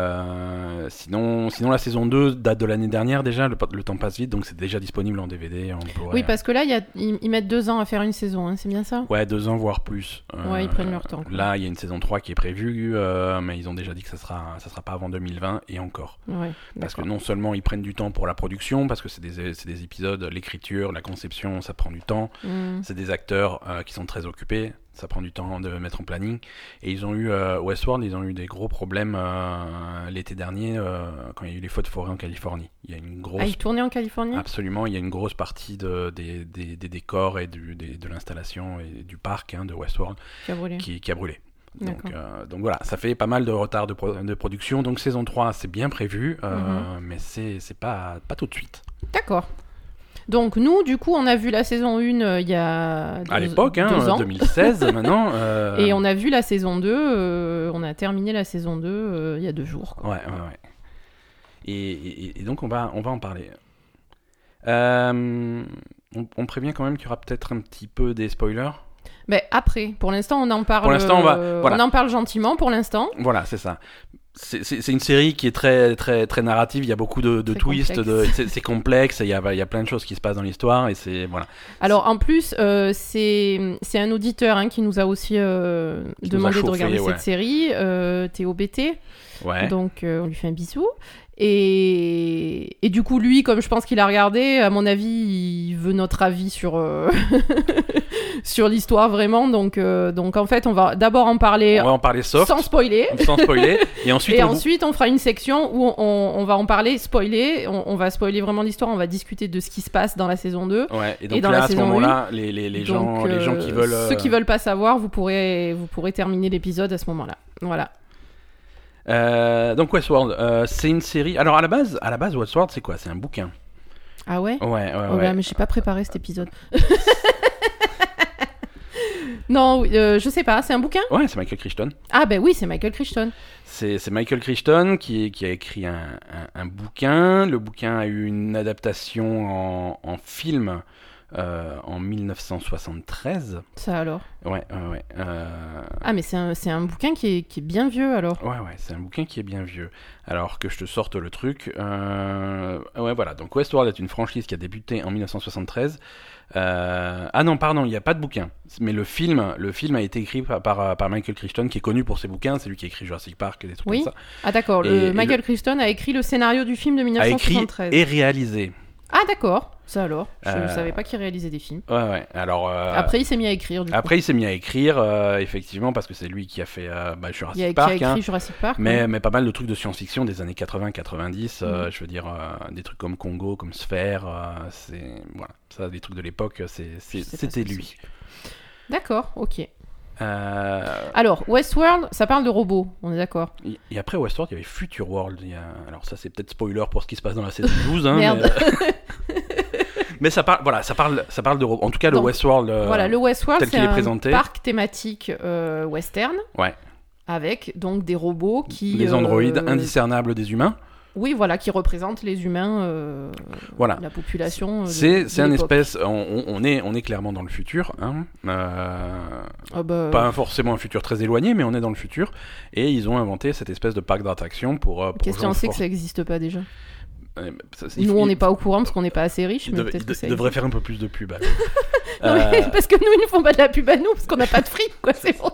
Speaker 1: Euh, sinon, sinon, la saison 2 date de l'année dernière déjà, le, le temps passe vite, donc c'est déjà disponible en DVD, en Blu-ray.
Speaker 2: Oui, parce que là, il y a- ils, ils mettent deux ans à faire une saison, hein, c'est bien ça
Speaker 1: Ouais, deux ans, voire plus. Euh,
Speaker 2: Ouais, ils prennent leur temps, quoi.
Speaker 1: Là, il y a une saison 3 qui est prévue, euh, mais ils ont déjà dit que ça sera, ça sera pas avant 2020 et encore.
Speaker 2: Ouais,
Speaker 1: Parce que
Speaker 2: d'accord.
Speaker 1: non seulement ils prennent du temps pour la production, parce que c'est des, c'est des épisodes, l'écriture, la conception, ça prend du temps.
Speaker 2: Mm.
Speaker 1: C'est des acteurs euh, qui sont très occupés, ça prend du temps de mettre en planning. Et ils ont eu, euh, Westworld, ils ont eu des gros problèmes euh, l'été dernier euh, quand il y a eu les feux de forêt en Californie. Il y a une
Speaker 2: Ah,
Speaker 1: grosse.
Speaker 2: ils tournaient en Californie
Speaker 1: Absolument, il y a une grosse partie de, des, des- des décors et du- des- de l'installation et du parc hein, de Westworld
Speaker 2: Tu as brûlé.
Speaker 1: qui, qui a brûlé. Donc,
Speaker 2: D'accord.
Speaker 1: euh, donc voilà, ça fait pas mal de retard de, pro- de production. Donc saison 3, c'est bien prévu, euh,
Speaker 2: Mhm.
Speaker 1: mais c'est c'est pas, pas tout de suite.
Speaker 2: D'accord. Donc nous, du coup, on a vu la saison 1 euh, il y a deux,
Speaker 1: À l'époque, hein,
Speaker 2: deux ans.
Speaker 1: 2016 maintenant. euh,
Speaker 2: Et on a vu la saison 2, euh, on a terminé la saison 2 euh, il y a deux jours. quoi.
Speaker 1: Ouais, ouais, ouais. Et, et- et donc, on va, on va en parler. Euh, on, on prévient quand même qu'il y aura peut-être un petit peu des spoilers.
Speaker 2: Mais après, pour l'instant, on en parle.
Speaker 1: Pour l'instant, on va-
Speaker 2: euh,
Speaker 1: voilà.
Speaker 2: on en parle gentiment pour l'instant.
Speaker 1: Voilà, c'est ça. c'est- c'est c'est une série qui est très très très narrative. Il y a beaucoup de, de
Speaker 2: Très
Speaker 1: twists,
Speaker 2: complexe.
Speaker 1: de- c'est c'est complexe. et Il y a il y a plein de choses qui se passent dans l'histoire et c'est voilà.
Speaker 2: Alors en plus, euh, c'est c'est un auditeur hein, qui nous a aussi euh,
Speaker 1: Qui nous a
Speaker 2: demandé de
Speaker 1: chauffé,
Speaker 2: regarder
Speaker 1: ouais.
Speaker 2: cette série, euh, Théo BT.
Speaker 1: Ouais.
Speaker 2: Donc euh, on lui fait un bisou. Et... et du coup, lui, comme je pense qu'il a regardé, à mon avis, il veut notre avis sur, euh, sur l'histoire vraiment. Donc, euh, donc en fait, on va d'abord en parler
Speaker 1: on va en parler soft,
Speaker 2: sans
Speaker 1: sans,
Speaker 2: spoiler.
Speaker 1: spoiler. et ensuite,
Speaker 2: et
Speaker 1: on,
Speaker 2: ensuite, on fera une section où on, on- on va en parler, spoiler, on, on va spoiler vraiment l'histoire, on va discuter de ce qui se passe dans la saison 2.
Speaker 1: Ouais, et donc
Speaker 2: dans
Speaker 1: là,
Speaker 2: la
Speaker 1: à ce
Speaker 2: saison
Speaker 1: moment-là, les, les, les, gens,
Speaker 2: Donc,
Speaker 1: les gens
Speaker 2: euh,
Speaker 1: qui veulent. euh,
Speaker 2: Ceux qui veulent pas savoir, vous pourrez, vous pourrez terminer l'épisode à ce moment-là. Voilà.
Speaker 1: euh, donc Westworld, euh, c'est une série. Alors à la base, à la base Westworld, c'est quoi C'est un bouquin.
Speaker 2: Ah ouais
Speaker 1: Ouais, ouais,
Speaker 2: Oh
Speaker 1: ouais.
Speaker 2: là, mais j'ai pas préparé cet épisode. non, oui, euh, je sais pas, c'est un bouquin
Speaker 1: Ouais, c'est Michael Crichton.
Speaker 2: Ah ben oui, c'est Michael Crichton.
Speaker 1: C'est c'est Michael Crichton qui, qui a écrit un, un- un bouquin. Le bouquin a eu une adaptation en, en film euh, en 1973.
Speaker 2: Ça alors
Speaker 1: Ouais, ouais, ouais. Euh,
Speaker 2: Ah mais c'est un, c'est un bouquin qui est, qui est bien vieux alors.
Speaker 1: Ouais, ouais, c'est un bouquin qui est bien vieux. Alors que je te sorte le truc. euh, Ouais, voilà. Donc, Westworld est une franchise qui a débuté en 1973. Euh, Ah non, pardon, il n'y a pas de bouquin. Mais le film, le film a été écrit par, par, par Michael Crichton, qui est connu pour ses bouquins. C'est lui qui a écrit Jurassic Park et des trucs
Speaker 2: Oui,
Speaker 1: comme ça.
Speaker 2: Ah d'accord,
Speaker 1: Et-
Speaker 2: le
Speaker 1: et
Speaker 2: Michael Crichton a écrit le scénario du film de
Speaker 1: A écrit
Speaker 2: 1973.
Speaker 1: et réalisé.
Speaker 2: Ah d'accord, ça alors. Je
Speaker 1: Euh,
Speaker 2: savais pas qu'il réalisait des films.
Speaker 1: Ouais, ouais. Alors. euh,
Speaker 2: Après il s'est mis à écrire du coup.
Speaker 1: après, il s'est mis à écrire, euh, effectivement, parce que c'est lui qui a fait euh,
Speaker 2: il
Speaker 1: bah,
Speaker 2: a,
Speaker 1: Jurassic
Speaker 2: qui a
Speaker 1: Park.
Speaker 2: écrit
Speaker 1: hein.
Speaker 2: Jurassic Park.
Speaker 1: Mais,
Speaker 2: hein.
Speaker 1: mais pas mal de trucs de science-fiction des années 80-90,
Speaker 2: Mm-hmm.
Speaker 1: je veux dire, euh, des trucs comme Congo, comme Sphère, euh, c'est... Voilà, ça, des trucs de l'époque, c'est- c'est-
Speaker 2: Je sais pas ce
Speaker 1: c'était
Speaker 2: que
Speaker 1: lui.
Speaker 2: D'accord, ok.
Speaker 1: Euh,
Speaker 2: Alors, Westworld, ça parle de robots, on est d'accord.
Speaker 1: et- et après Westworld, il y avait Future World, il y a- alors ça c'est peut-être spoiler pour ce qui se passe dans la saison 12, hein,
Speaker 2: Merde.
Speaker 1: mais, euh, mais ça parle, voilà, ça parle, ça parle de... ro- En tout cas, le
Speaker 2: Donc,
Speaker 1: Westworld... euh,
Speaker 2: voilà, le Westworld,
Speaker 1: tel
Speaker 2: c'est
Speaker 1: qu'il est
Speaker 2: un
Speaker 1: présenté.
Speaker 2: parc thématique euh, western.
Speaker 1: Ouais.
Speaker 2: Avec donc des robots qui.
Speaker 1: Les androïdes
Speaker 2: euh,
Speaker 1: indiscernables des humains,
Speaker 2: Oui, voilà, qui représentent les humains, euh,
Speaker 1: voilà.
Speaker 2: la population. euh, de-
Speaker 1: C'est
Speaker 2: de
Speaker 1: c'est un
Speaker 2: l'époque.
Speaker 1: espèce, on, on- on est, on est clairement dans le futur, hein, euh,
Speaker 2: Ah bah,
Speaker 1: pas forcément un futur très éloigné, mais on est dans le futur. Et ils ont inventé cette espèce de parc d'attractions pour. euh, pour
Speaker 2: Qu'est-ce
Speaker 1: gens
Speaker 2: qu'on sait que
Speaker 1: forts.
Speaker 2: ça n'existe pas déjà
Speaker 1: Euh, ça, c'est-
Speaker 2: Nous, on
Speaker 1: il-
Speaker 2: n'est pas au courant parce qu'on n'est pas assez riches,
Speaker 1: Il,
Speaker 2: mais
Speaker 1: devrait-
Speaker 2: peut-être
Speaker 1: il
Speaker 2: que
Speaker 1: de-
Speaker 2: ça
Speaker 1: devrait faire un peu plus de pub. alors.
Speaker 2: existe. Non, mais
Speaker 1: Euh,
Speaker 2: parce que nous, ils ne font pas de la pub à nous parce qu'on n'a pas de fric, quoi, c'est bon.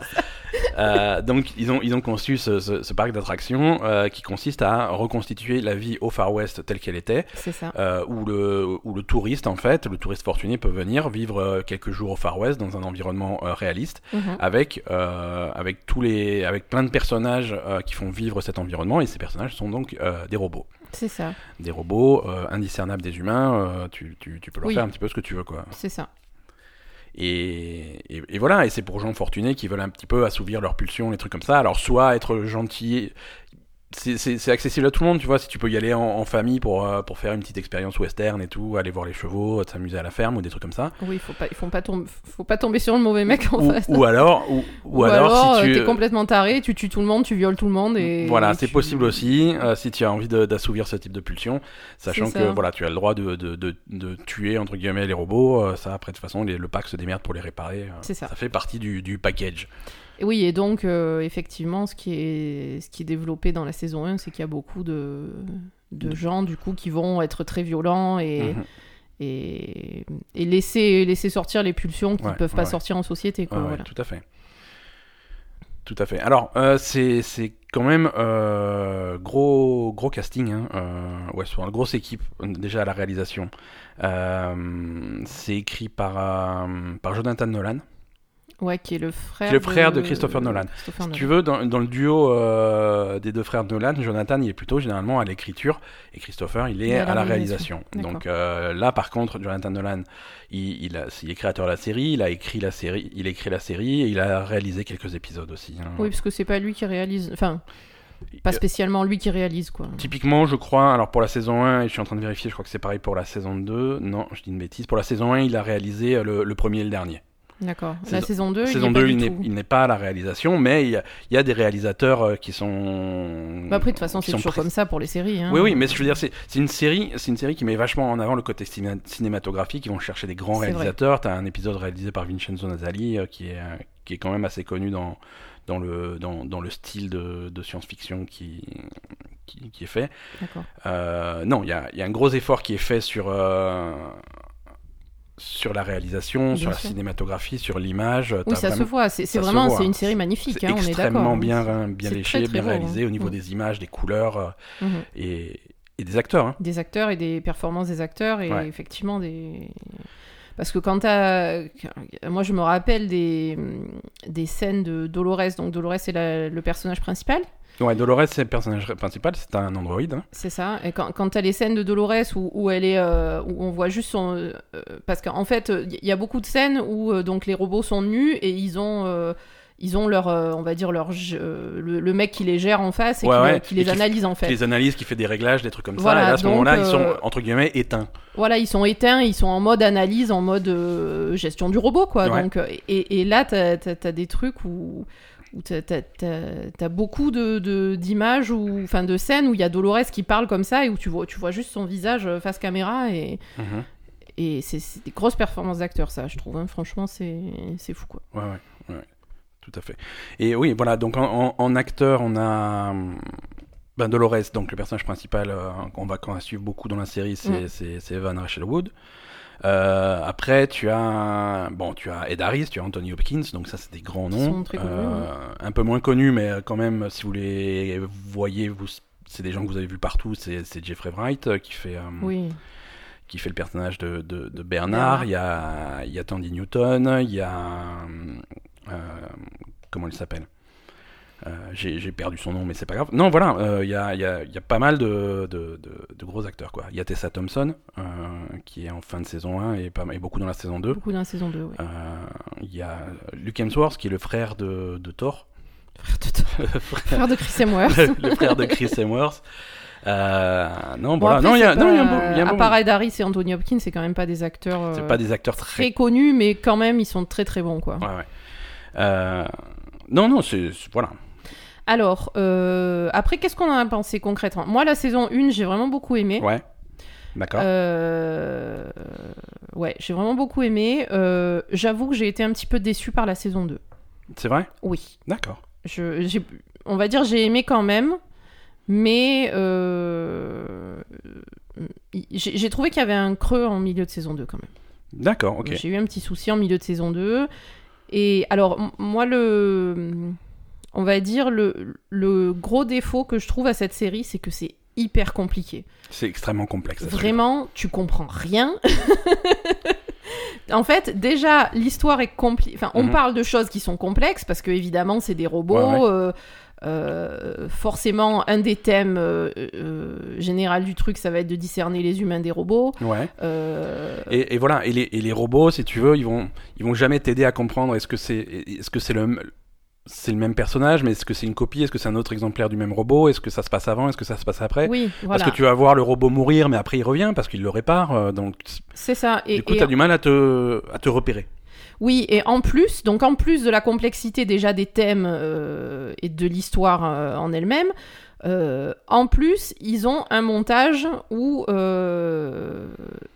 Speaker 1: euh, donc, ils ont, ils ont conçu ce, ce- ce parc d'attractions euh, qui consiste à reconstituer la vie au Far West telle qu'elle était,
Speaker 2: C'est ça.
Speaker 1: euh, où, le, où le touriste, en fait, le touriste fortuné peut venir vivre euh, quelques jours au Far West dans un environnement euh, réaliste.
Speaker 2: Mhm.
Speaker 1: avec, euh, avec, tous les, avec plein de personnages euh, qui font vivre cet environnement, et ces personnages sont donc euh, des robots.
Speaker 2: C'est ça,
Speaker 1: Des robots euh, indiscernables des humains, euh, tu, tu, tu peux leur
Speaker 2: Oui.
Speaker 1: faire un petit peu ce que tu veux. quoi.
Speaker 2: c'est ça.
Speaker 1: Et, et, et voilà, et c'est pour gens fortunés qui veulent un petit peu assouvir leurs pulsions, les trucs comme ça. Alors soit être gentil, c'est- c'est c'est accessible à tout le monde, tu vois, si tu peux y aller en, en famille pour, euh, pour faire une petite expérience western et tout, aller voir les chevaux, s'amuser à la ferme ou des trucs comme ça.
Speaker 2: Oui, il ne faut pas tomber- faut pas tomber sur le mauvais mec en
Speaker 1: Ou,
Speaker 2: face.
Speaker 1: ou alors, ou, ou alors, si
Speaker 2: euh,
Speaker 1: tu...
Speaker 2: t'es complètement taré, tu tues tout le monde, tu violes tout le monde et
Speaker 1: Voilà,
Speaker 2: et
Speaker 1: c'est
Speaker 2: tu-
Speaker 1: possible aussi euh, si tu as envie de- d'assouvir ce type de pulsion, sachant
Speaker 2: C'est
Speaker 1: que
Speaker 2: ça.
Speaker 1: voilà, tu as le droit de, de, de, de tuer entre guillemets les robots. euh, ça, après de toute façon, les- le pack se démerde pour les réparer. euh,
Speaker 2: C'est ça.
Speaker 1: fait partie du, du package.
Speaker 2: Et oui, et donc euh, effectivement, ce qui est ce qui est développé dans la saison 1, c'est qu'il y a beaucoup de de gens du coup qui vont être très violents et
Speaker 1: Mhm.
Speaker 2: et, et laisser laisser sortir les pulsions qui
Speaker 1: Ouais,
Speaker 2: peuvent pas
Speaker 1: ouais,
Speaker 2: sortir en société quoi.
Speaker 1: Ouais, ouais,
Speaker 2: voilà.
Speaker 1: Tout à fait. Tout à fait. Alors, euh, c'est c'est quand même euh, gros, gros casting, hein, euh, Westworld. Grosse équipe, déjà à la réalisation. Euh, c'est écrit par, euh, par Jonathan Nolan.
Speaker 2: Ouais, qui est le frère
Speaker 1: Qui est le frère de Christopher Nolan.
Speaker 2: Christopher
Speaker 1: Si
Speaker 2: Nolan.
Speaker 1: tu veux, dans, dans le duo euh, des deux frères Nolan, Jonathan, il est plutôt généralement à l'écriture et Christopher, il est à la réalisation.
Speaker 2: D'accord.
Speaker 1: Donc euh, là, par contre, Jonathan Nolan, il, il a- il est créateur de la série, il a écrit la série, il a écrit la série et il a réalisé quelques épisodes aussi. hein.
Speaker 2: Oui, parce que c'est pas lui qui réalise, enfin, pas
Speaker 1: Euh,
Speaker 2: spécialement lui qui réalise quoi.
Speaker 1: Typiquement, je crois, alors pour la saison 1, et je suis en train de vérifier, je crois que c'est pareil pour la saison 2. Non, je dis une bêtise. Pour la saison 1, il a réalisé euh, le, le premier et le dernier.
Speaker 2: D'accord. La
Speaker 1: Saison-
Speaker 2: saison 2, il
Speaker 1: saison
Speaker 2: est
Speaker 1: 2, il
Speaker 2: pas du
Speaker 1: n'est-
Speaker 2: tout.
Speaker 1: il n'est pas à la réalisation, mais il y a, il y a des réalisateurs euh, qui sont.
Speaker 2: Bah après, de toute façon,
Speaker 1: qui
Speaker 2: c'est
Speaker 1: sont
Speaker 2: toujours
Speaker 1: pressés.
Speaker 2: comme ça pour les séries. hein.
Speaker 1: Oui, oui, mais je veux dire, c'est c'est une série, c'est une série qui met vachement en avant le côté ciné- cinématographique. Ils vont chercher des grands
Speaker 2: C'est vrai.
Speaker 1: réalisateurs. T'as un épisode réalisé par Vincenzo Natali qui est euh, qui est quand même assez connu dans, dans, le, dans, dans le style de, de science-fiction qui, qui, qui est fait.
Speaker 2: D'accord.
Speaker 1: Euh, non, il y a, il y a un gros effort qui est fait sur, euh, sur la réalisation,
Speaker 2: Bien
Speaker 1: sur la
Speaker 2: sûr.
Speaker 1: cinématographie, sur l'image.
Speaker 2: Oui,
Speaker 1: T'as
Speaker 2: ça se
Speaker 1: vraiment-
Speaker 2: voit. C'est c'est
Speaker 1: ça se
Speaker 2: vraiment
Speaker 1: voit.
Speaker 2: c'est une série magnifique.
Speaker 1: c'est
Speaker 2: hein, on est d'accord.
Speaker 1: extrêmement
Speaker 2: hein.
Speaker 1: bien, bien
Speaker 2: c'est
Speaker 1: léché,
Speaker 2: très, très
Speaker 1: bien
Speaker 2: beau, hein.
Speaker 1: réalisé au niveau
Speaker 2: Mm.
Speaker 1: des images, des couleurs euh,
Speaker 2: Mhm.
Speaker 1: et, et des acteurs. hein.
Speaker 2: Des acteurs et des performances des acteurs et
Speaker 1: Ouais.
Speaker 2: effectivement des. Parce que quand t'as. Moi, je me rappelle des, des scènes de Dolores. Donc, Dolores, c'est la- le personnage principal.
Speaker 1: Ouais, Dolores, c'est le personnage principal, c'est un androïde. hein.
Speaker 2: C'est ça. Et quand, quand t'as les scènes de Dolores où, où elle est, euh, où on voit juste son, euh, euh, parce qu'en fait, il y a beaucoup de scènes où euh, donc les robots sont nus et ils ont, euh, ils ont leur, euh, on va dire leur, je- euh, le, le mec qui les gère en face et
Speaker 1: Ouais,
Speaker 2: qui, euh,
Speaker 1: ouais.
Speaker 2: qui les
Speaker 1: Et qui-
Speaker 2: analyse en fait.
Speaker 1: Qui les analyse, qui fait des réglages, des trucs comme
Speaker 2: Voilà,
Speaker 1: ça. Et là, à ce
Speaker 2: donc,
Speaker 1: moment-là, ils
Speaker 2: euh,
Speaker 1: sont, entre guillemets, éteints.
Speaker 2: Voilà, ils sont éteints, ils sont en mode analyse, en mode euh, gestion du robot, quoi.
Speaker 1: Ouais.
Speaker 2: Donc, euh, et, et là, t'as as, des trucs où, où t'as t'as- t'as- t'as beaucoup de- de- d'images, de, ou enfin de scènes où il y a Dolores qui parle comme ça et où tu vois, tu vois juste son visage euh, face caméra et,
Speaker 1: Mhm.
Speaker 2: et c'est c'est des grosses performances d'acteurs, ça, je trouve. hein. Franchement, c'est c'est fou, quoi.
Speaker 1: Ouais, ouais, ouais, tout à fait. Et oui, voilà, donc en, en- en acteur, on a hum, ben Dolores, donc le personnage principal euh, qu'on va, qu'on va suivre beaucoup dans la série,
Speaker 2: Mm.
Speaker 1: c'est c'est- c'est Evan Rachel Wood. Euh, après, tu as bon, tu as Ed Harris, tu as Anthony Hopkins, donc ça c'est des grands
Speaker 2: Qui
Speaker 1: noms, euh,
Speaker 2: sont très connus,
Speaker 1: un peu moins connus, mais euh, quand même, si vous les voyez, vous, c'est des gens que vous avez vus partout. C'est c'est Jeffrey Wright euh, qui fait euh,
Speaker 2: Oui,
Speaker 1: qui fait le personnage de, de- de Bernard. Il y a, il y a Tandy Newton, il y a. euh, comment il s'appelle Euh, J'ai j'ai perdu son nom, mais c'est pas grave. Non, voilà, euh, il y, a, il y a- il y a pas mal de, de- de- de gros acteurs. quoi. Il y a Tessa Thompson, euh, qui est en fin de saison 1 et, pas, et beaucoup dans la saison 2.
Speaker 2: beaucoup dans la saison 2, ouais.
Speaker 1: Euh, Il y a Luke Hemsworth, qui est le frère de, de Thor. Ah,
Speaker 2: Frère de, frère de Chris Hemsworth.
Speaker 1: le frère de Chris Hemsworth. Euh, non,
Speaker 2: Bon,
Speaker 1: voilà.
Speaker 2: après,
Speaker 1: non, il y a,
Speaker 2: c'est
Speaker 1: non, il y a un
Speaker 2: pas-
Speaker 1: bon- il y a un
Speaker 2: à
Speaker 1: bon-
Speaker 2: part Ed Harris et Anthony Hopkins, c'est quand même pas des acteurs euh,
Speaker 1: C'est pas des acteurs très
Speaker 2: très connus, mais quand même, ils sont très très bons, quoi.
Speaker 1: Ouais, ouais. Euh, Non, non, c'est. c'est- Voilà.
Speaker 2: Alors, euh, après, qu'est-ce qu'on en a pensé concrètement Moi, la saison 1, j'ai vraiment beaucoup aimé.
Speaker 1: Ouais. D'accord.
Speaker 2: Euh, ouais, j'ai vraiment beaucoup aimé. Euh, J'avoue que j'ai été un petit peu déçue par la saison 2.
Speaker 1: C'est vrai
Speaker 2: Oui.
Speaker 1: D'accord.
Speaker 2: Je, j'ai- on va dire j'ai aimé quand même, mais euh, il- j'ai j'ai trouvé qu'il y avait un creux en milieu de saison 2 quand même.
Speaker 1: D'accord, ok.
Speaker 2: J'ai eu un petit souci en milieu de saison 2. Et alors, m- moi, le, on va dire, le, le gros défaut que je trouve à cette série, c'est que c'est hyper compliqué.
Speaker 1: C'est extrêmement complexe. à suivre.
Speaker 2: Vraiment, tu comprends rien. En fait, déjà, l'histoire est compliquée. Enfin, on
Speaker 1: Mhm.
Speaker 2: parle de choses qui sont complexes parce que, évidemment, c'est des robots.
Speaker 1: Ouais,
Speaker 2: euh, euh, forcément, un des thèmes euh, euh, général du truc, ça va être de discerner les humains des robots.
Speaker 1: Ouais.
Speaker 2: Euh,
Speaker 1: Et, et voilà. Et les, et les robots, si tu veux, ils vont, ils vont jamais t'aider à comprendre est-ce que c'est est-ce que c'est le. m- C'est le même personnage, mais est-ce que c'est une copie Est-ce que c'est un autre exemplaire du même robot Est-ce que ça se passe avant Est-ce que ça se passe après
Speaker 2: oui, voilà.
Speaker 1: Parce que tu vas voir le robot mourir, mais après il revient parce qu'il le répare. euh, donc,
Speaker 2: C'est ça. Et,
Speaker 1: du coup,
Speaker 2: et-
Speaker 1: t'as du mal à te, à te repérer.
Speaker 2: Oui, et en plus, donc en plus de la complexité déjà des thèmes euh, et de l'histoire euh, en elle-même, euh, en plus, ils ont un montage où, euh,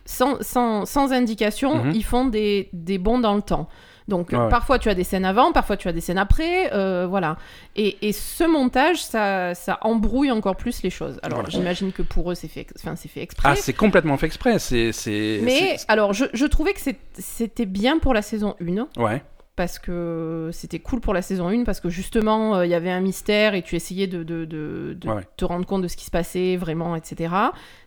Speaker 2: sans, sans- sans indication,
Speaker 1: Mhm. Ah
Speaker 2: ils font des, des bonds dans le temps. Donc
Speaker 1: Ouais, ouais.
Speaker 2: parfois tu as des scènes avant, parfois tu as des scènes après, euh, voilà. Et, et ce montage, ça, ça embrouille encore plus les choses. Alors
Speaker 1: Voilà.
Speaker 2: j'imagine que pour eux, c'est fait, ex- enfin, c'est fait exprès.
Speaker 1: Ah, c'est complètement fait exprès. C'est, c'est.
Speaker 2: mais alors, je, je trouvais que c'est- c'était bien pour la saison 1
Speaker 1: c'est- Ouais.
Speaker 2: parce que c'était cool pour la saison 1, parce que justement, euh, il y avait un mystère et tu essayais de, de- de- de
Speaker 1: Ouais, ouais.
Speaker 2: te rendre compte de ce qui se passait vraiment, etc.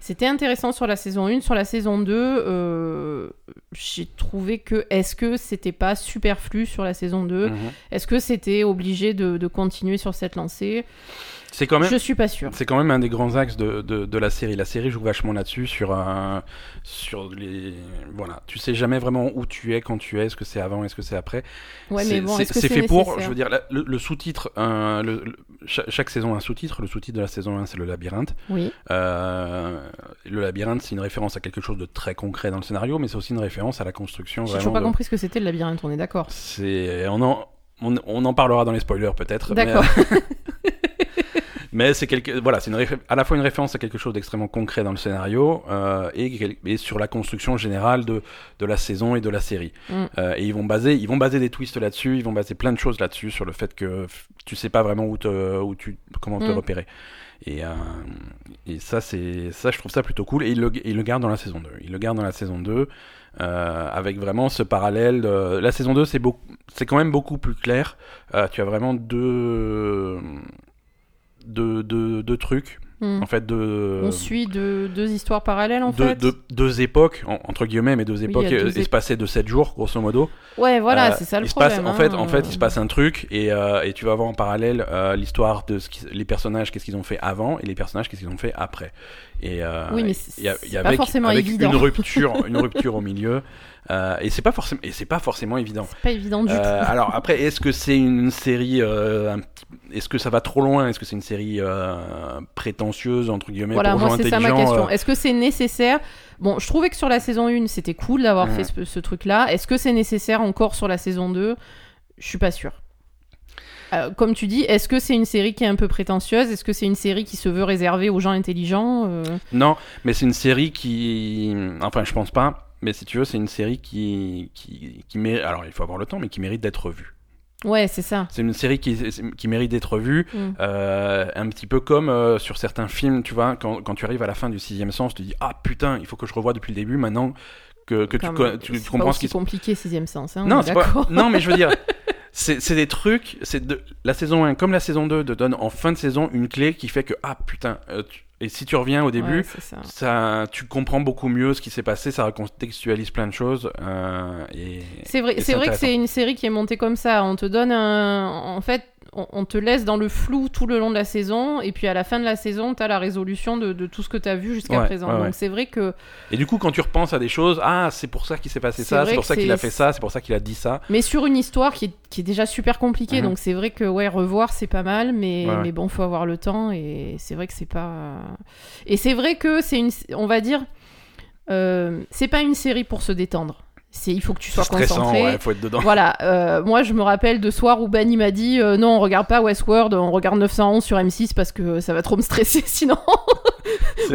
Speaker 2: C'était intéressant sur la saison 1. Sur la saison 2, euh, j'ai trouvé que est-ce que c'était pas superflu sur la saison 2
Speaker 1: Mhm.
Speaker 2: Est-ce que c'était obligé de, de continuer sur cette lancée
Speaker 1: C'est quand même.
Speaker 2: Je suis pas sûre.
Speaker 1: C'est quand même un des grands axes de, de, de la série. La série joue vachement là-dessus, sur, un- sur les... Voilà, tu sais jamais vraiment où tu es, quand tu es, est-ce que c'est avant, est-ce que c'est après.
Speaker 2: Ouais,
Speaker 1: c'est
Speaker 2: mais bon,
Speaker 1: c'est-
Speaker 2: est-ce que
Speaker 1: c'est
Speaker 2: c'est
Speaker 1: fait pour,
Speaker 2: nécessaire
Speaker 1: je veux dire, la- le, le sous-titre, un- le- le- cha- chaque, saison a un sous-titre, le sous-titre de la saison 1 c'est le labyrinthe.
Speaker 2: Oui,
Speaker 1: Euh, le labyrinthe c'est une référence à quelque chose de très concret dans le scénario, mais c'est aussi une référence à la construction
Speaker 2: j'ai
Speaker 1: vraiment
Speaker 2: toujours pas
Speaker 1: de-
Speaker 2: compris ce que c'était le labyrinthe, on est d'accord.
Speaker 1: Euh, c'est on en on, on en parlera dans les spoilers peut-être. mais-
Speaker 2: D'accord.
Speaker 1: Mais c'est quelque, voilà, c'est une réf- à la fois une référence à quelque chose d'extrêmement concret dans le scénario euh, et, quel- et sur la construction générale de, de la saison et de la série.
Speaker 2: Mm.
Speaker 1: Euh, et ils vont baser, ils vont baser des twists là-dessus, ils vont baser plein de choses là-dessus sur le fait que f- tu sais pas vraiment où te, où tu, comment te
Speaker 2: Mm.
Speaker 1: repérer. Et, euh, et ça, c'est ça, je trouve ça plutôt cool. Et ils le, ils le gardent dans la saison 2. Ils le gardent dans la saison 2 euh, avec vraiment ce parallèle. de- La saison 2, c'est beaucoup, c'est quand même beaucoup plus clair. Euh, tu as vraiment deux, deux, deux, deux trucs.
Speaker 2: Hmm.
Speaker 1: En fait, deux,
Speaker 2: On suit deux, deux histoires parallèles en
Speaker 1: deux,
Speaker 2: fait.
Speaker 1: deux- deux époques, en- entre guillemets, mais deux
Speaker 2: il y a
Speaker 1: époques
Speaker 2: deux
Speaker 1: euh,
Speaker 2: ép-
Speaker 1: espacées de 7 jours, grosso modo.
Speaker 2: Ouais, voilà,
Speaker 1: Euh,
Speaker 2: c'est ça le
Speaker 1: il se
Speaker 2: problème.
Speaker 1: passe- en,
Speaker 2: hein.
Speaker 1: fait, en fait, il se passe un truc et, euh, et tu vas avoir en parallèle euh, l'histoire de ce qui- les personnages, qu'est-ce qu'ils ont fait avant et les personnages, qu'est-ce qu'ils ont fait après. Et, euh,
Speaker 2: Oui, mais c'est-
Speaker 1: il y a-
Speaker 2: c'est
Speaker 1: il y
Speaker 2: pas
Speaker 1: avait-
Speaker 2: forcément
Speaker 1: avec
Speaker 2: évident.
Speaker 1: une rupture, une rupture au milieu. euh, et c'est pas forcément, et c'est pas forcément évident.
Speaker 2: C'est pas évident du
Speaker 1: Euh,
Speaker 2: tout.
Speaker 1: alors après, est-ce que c'est une série, euh, un petit- est-ce que ça va trop loin Est-ce que c'est une série euh, prétentieuse entre guillemets
Speaker 2: Voilà,
Speaker 1: pour
Speaker 2: moi
Speaker 1: gens
Speaker 2: c'est ça ma
Speaker 1: intelligents,
Speaker 2: question.
Speaker 1: euh,
Speaker 2: Est-ce que c'est nécessaire Bon, je trouvais que sur la saison 1, c'était cool d'avoir
Speaker 1: Mhm.
Speaker 2: fait ce, ce truc-là. Est-ce que c'est nécessaire encore sur la saison 2 Je suis pas sûre. Euh, comme tu dis, est-ce que c'est une série qui est un peu prétentieuse Est-ce que c'est une série qui se veut réservée aux gens intelligents Euh,
Speaker 1: Non, mais c'est une série qui. Enfin, je pense pas. Mais si tu veux, c'est une série qui, qui, qui mérite. Alors, il faut avoir le temps, mais qui mérite d'être vue.
Speaker 2: Ouais, c'est ça.
Speaker 1: C'est une série qui, qui mérite d'être vue,
Speaker 2: Mm.
Speaker 1: euh, un petit peu comme euh, sur certains films, tu vois, quand, quand tu arrives à la fin du sixième sens, tu dis Ah putain, il faut que je revoie depuis le début maintenant que, que tu,
Speaker 2: Enfin,
Speaker 1: co- tu- tu
Speaker 2: c'est pas
Speaker 1: comprends ce
Speaker 2: aussi
Speaker 1: qui se
Speaker 2: compliqué, sixième sens. hein, on
Speaker 1: non,
Speaker 2: est
Speaker 1: c'est pas-
Speaker 2: d'accord.
Speaker 1: non, mais je veux dire, c'est c'est des trucs. C'est de... la saison 1 comme la saison 2 te donne en fin de saison une clé qui fait que ah putain. euh, tu- Et si tu reviens au début,
Speaker 2: Ouais, c'est ça.
Speaker 1: ça, tu comprends beaucoup mieux ce qui s'est passé, ça recontextualise plein de choses. euh, et...
Speaker 2: C'est vrai,
Speaker 1: Et
Speaker 2: c'est
Speaker 1: c'est
Speaker 2: vrai que c'est une série qui est montée comme ça. On te donne un. En fait, on, on te laisse dans le flou tout le long de la saison, et puis à la fin de la saison, t'as la résolution de, de tout ce que t'as vu jusqu'à
Speaker 1: Ouais,
Speaker 2: présent.
Speaker 1: ouais, ouais.
Speaker 2: Donc c'est vrai que.
Speaker 1: et du coup, quand tu repenses à des choses, ah, c'est pour ça qu'il s'est passé
Speaker 2: C'est
Speaker 1: ça,
Speaker 2: vrai
Speaker 1: c'est pour
Speaker 2: que
Speaker 1: ça qu'il a
Speaker 2: c'est-
Speaker 1: fait ça, c'est pour ça qu'il a dit ça.
Speaker 2: Mais sur une histoire qui est, qui est déjà super compliquée,
Speaker 1: Mhm.
Speaker 2: donc c'est vrai que, ouais, revoir, c'est pas mal, mais,
Speaker 1: Ouais, ouais.
Speaker 2: mais bon, faut avoir le temps, et c'est vrai que c'est pas. Et c'est vrai que c'est une. On va dire. euh, c'est pas une série pour se détendre. C'est, il faut que tu sois
Speaker 1: C'est stressant,
Speaker 2: concentré.
Speaker 1: ouais, faut être dedans.
Speaker 2: Voilà, euh, moi je me rappelle de soir où Bani m'a dit euh, non, on regarde pas Westworld, on regarde 911 sur M6 parce que ça va trop me stresser sinon.
Speaker 1: C'est-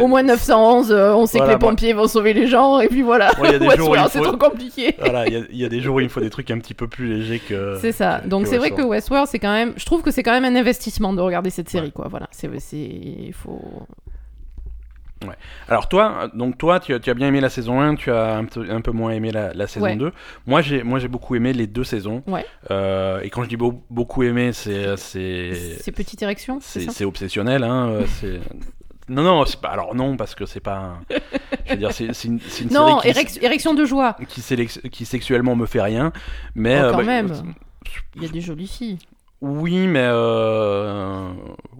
Speaker 2: Au moins 911, euh, on sait
Speaker 1: Voilà,
Speaker 2: que les
Speaker 1: moi-
Speaker 2: pompiers vont sauver les gens et puis voilà.
Speaker 1: Moi, il y a des jours où il
Speaker 2: Westworld, c'est
Speaker 1: faut-
Speaker 2: trop compliqué.
Speaker 1: Voilà, il y a- il y, a des jours où il me faut des trucs un petit peu plus légers que.
Speaker 2: C'est ça.
Speaker 1: Euh, que-
Speaker 2: Donc
Speaker 1: que
Speaker 2: c'est vrai que
Speaker 1: Westworld.
Speaker 2: Westworld, c'est quand même, je trouve que c'est quand même un investissement de regarder cette série quoi. Voilà, c'est, c'est, il faut.
Speaker 1: Alors toi, donc toi, tu as, tu as bien aimé la saison 1, tu as un, peu- un peu moins aimé la, la saison
Speaker 2: Ouais.
Speaker 1: 2. Moi, j'ai moi j'ai beaucoup aimé les deux saisons.
Speaker 2: Ouais.
Speaker 1: Euh, et quand je dis beau- beaucoup aimé, c'est c'est
Speaker 2: C'est petite érection, c'est
Speaker 1: c'est
Speaker 2: ça.
Speaker 1: c'est obsessionnel hein euh, c'est non non c'est pas- alors non parce que c'est pas un- je veux dire c'est c'est une, c'est une
Speaker 2: Non,
Speaker 1: série qui,
Speaker 2: érec- érection de joie.
Speaker 1: qui, sélex- qui sexuellement me fait rien mais
Speaker 2: Oh,
Speaker 1: euh,
Speaker 2: quand
Speaker 1: bah,
Speaker 2: même.
Speaker 1: euh,
Speaker 2: Il y a des jolies filles.
Speaker 1: oui mais euh,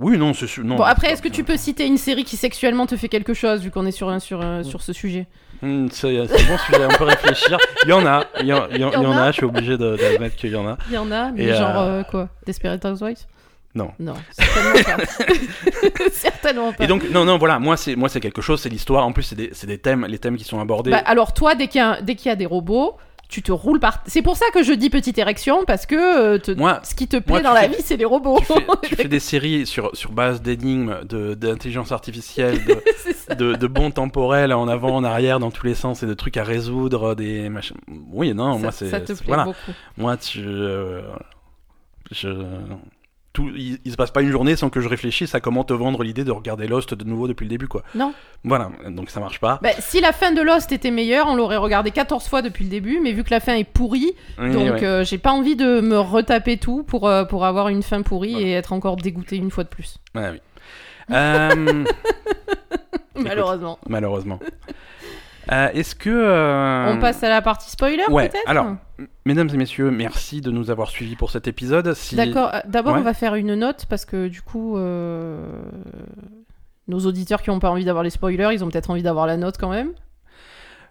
Speaker 1: oui non c'est sûr- non
Speaker 2: bon après, est-ce que tu peux citer une série qui sexuellement te fait quelque chose vu qu'on est sur un- sur un- sur ce sujet?
Speaker 1: Hmm, c'est c'est bon sujet on peut réfléchir il y en a il y en, il y en-
Speaker 2: Il y en
Speaker 1: il y en
Speaker 2: a.
Speaker 1: a je suis obligé de- d'admettre qu'il y en a
Speaker 2: Il y en a, mais
Speaker 1: Et,
Speaker 2: genre
Speaker 1: euh,
Speaker 2: euh, quoi Desperate Housewives
Speaker 1: Non.
Speaker 2: Non, certainement pas. certainement pas.
Speaker 1: et donc non non voilà moi c'est moi c'est quelque chose c'est l'histoire en plus c'est des, c'est des thèmes les thèmes qui sont abordés
Speaker 2: Bah, alors toi, dès qu'il y, a un- dès qu'il y a des robots, tu te roules par... C'est pour ça que je dis petite érection, parce que euh, te-
Speaker 1: moi
Speaker 2: ce qui te
Speaker 1: moi,
Speaker 2: plaît
Speaker 1: tu
Speaker 2: dans la
Speaker 1: fais-
Speaker 2: vie, c'est les robots.
Speaker 1: tu fais, tu fais des séries sur, sur base d'énigmes, de- d'intelligence artificielle, de,
Speaker 2: C'est ça.
Speaker 1: de, de bons temporels en avant, en arrière, dans tous les sens, et de trucs à résoudre, des machins. Oui, non, moi,
Speaker 2: ça,
Speaker 1: c'est.
Speaker 2: ça te
Speaker 1: c'est-
Speaker 2: plaît
Speaker 1: Voilà.
Speaker 2: beaucoup.
Speaker 1: Moi, tu. euh, je. Tout, il, il se passe pas une journée sans que je réfléchisse à comment te vendre l'idée de regarder Lost de nouveau depuis le début, quoi.
Speaker 2: Non.
Speaker 1: Voilà, donc ça marche pas.
Speaker 2: Bah, si la fin de Lost était meilleure, on l'aurait regardé 14 fois depuis le début, mais vu que la fin est pourrie,
Speaker 1: Oui,
Speaker 2: donc
Speaker 1: ouais.
Speaker 2: euh, j'ai pas envie de me retaper tout pour, euh, pour avoir une fin pourrie
Speaker 1: Voilà.
Speaker 2: et être encore dégoûté une fois de plus.
Speaker 1: Ouais, oui. Euh,
Speaker 2: Malheureusement.
Speaker 1: malheureusement. Euh, Est-ce que. euh,
Speaker 2: On passe à la partie spoiler
Speaker 1: Ouais,
Speaker 2: peut-être
Speaker 1: alors, m- mesdames et messieurs, merci de nous avoir suivis pour cet épisode. Si...
Speaker 2: D'accord, euh, d'abord
Speaker 1: Ouais.
Speaker 2: on va faire une note parce que du coup, euh, nos auditeurs qui n'ont pas envie d'avoir les spoilers, ils ont peut-être envie d'avoir la note quand même.